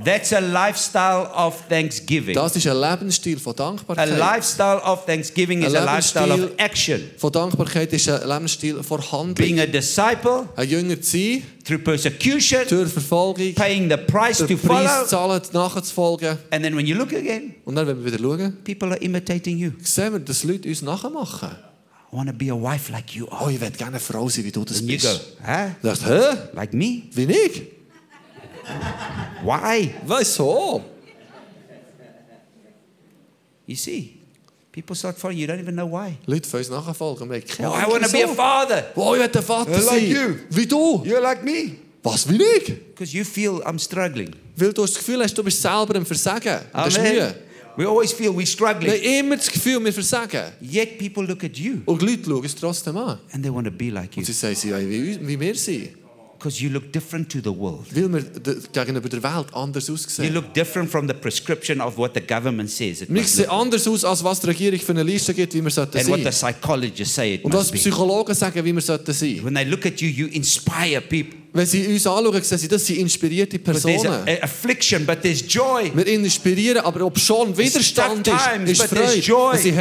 Speaker 1: That's a lifestyle of thanksgiving.
Speaker 2: Das ist ein Lebensstil von
Speaker 1: A
Speaker 2: Dankbarkeit.
Speaker 1: lifestyle of thanksgiving is
Speaker 2: Een
Speaker 1: a lifestyle of
Speaker 2: levensstijl-
Speaker 1: action.
Speaker 2: Von Dankbarkeit ist ein Lebensstil von Handlung.
Speaker 1: Being a disciple
Speaker 2: Ein Jünger zu sein,
Speaker 1: through persecution,
Speaker 2: durch Verfolgung,
Speaker 1: paying the price to
Speaker 2: den Preis zu
Speaker 1: follow.
Speaker 2: zahlen, nachzufolgen.
Speaker 1: And then when you look again,
Speaker 2: Und dann, wenn wir wieder schauen,
Speaker 1: people are imitating you.
Speaker 2: sehen wir, dass Leute uns nachmachen.
Speaker 1: I want to be a wife like you are.
Speaker 2: Oh, ich will gerne eine Frau sein, wie du das
Speaker 1: And you go,
Speaker 2: bist.
Speaker 1: huh?
Speaker 2: Ich dachte, hä?
Speaker 1: Like me?
Speaker 2: Wie ich?
Speaker 1: Why?
Speaker 2: Wieso?
Speaker 1: You see, people start following you. don't even know why.
Speaker 2: Leute von uns nachfolgen. Wir haben keine
Speaker 1: Oh, I
Speaker 2: Ahnung,
Speaker 1: want to be a
Speaker 2: wieso.
Speaker 1: father.
Speaker 2: Oh, ich will ein Vater
Speaker 1: Like
Speaker 2: sein.
Speaker 1: you.
Speaker 2: Wie du.
Speaker 1: You're like me.
Speaker 2: Was, wie ich?
Speaker 1: Because you feel I'm struggling.
Speaker 2: Weil du das Gefühl hast, du bist selber im Versagen. Und Das ist
Speaker 1: Amen.
Speaker 2: Mühe.
Speaker 1: We always feel we're
Speaker 2: Wir
Speaker 1: struggling.
Speaker 2: haben immer das Gefühl, wir versagen.
Speaker 1: Yet people look at you
Speaker 2: Und die Leute schauen es trotzdem an.
Speaker 1: and they want to be like you.
Speaker 2: Und sie sagen, sie wollen wie, uns- wie wir sind.
Speaker 1: Because you look different to the world.
Speaker 2: Weil wir de- gegenüber der Welt anders
Speaker 1: You
Speaker 2: aussehen.
Speaker 1: look different from the prescription of what the government says. It
Speaker 2: Wir
Speaker 1: must
Speaker 2: sehen
Speaker 1: look.
Speaker 2: anders aus, als was die Regierung für eine Liste gibt, wie wir sollten
Speaker 1: And what the
Speaker 2: sein.
Speaker 1: psychologists say it
Speaker 2: Und was
Speaker 1: must
Speaker 2: die
Speaker 1: be.
Speaker 2: Psychologen sagen, wie wir sollten sein.
Speaker 1: When they look at you, you inspire people.
Speaker 2: Wenn sie uns anschauen, sehen sie, das sind inspirierte
Speaker 1: But there's
Speaker 2: Personen.
Speaker 1: a- a- affliction, but there's joy.
Speaker 2: Wir inspirieren, aber ob schon Widerstand
Speaker 1: tough times,
Speaker 2: ist, ist
Speaker 1: but there's
Speaker 2: Freude.
Speaker 1: joy.
Speaker 2: Es sind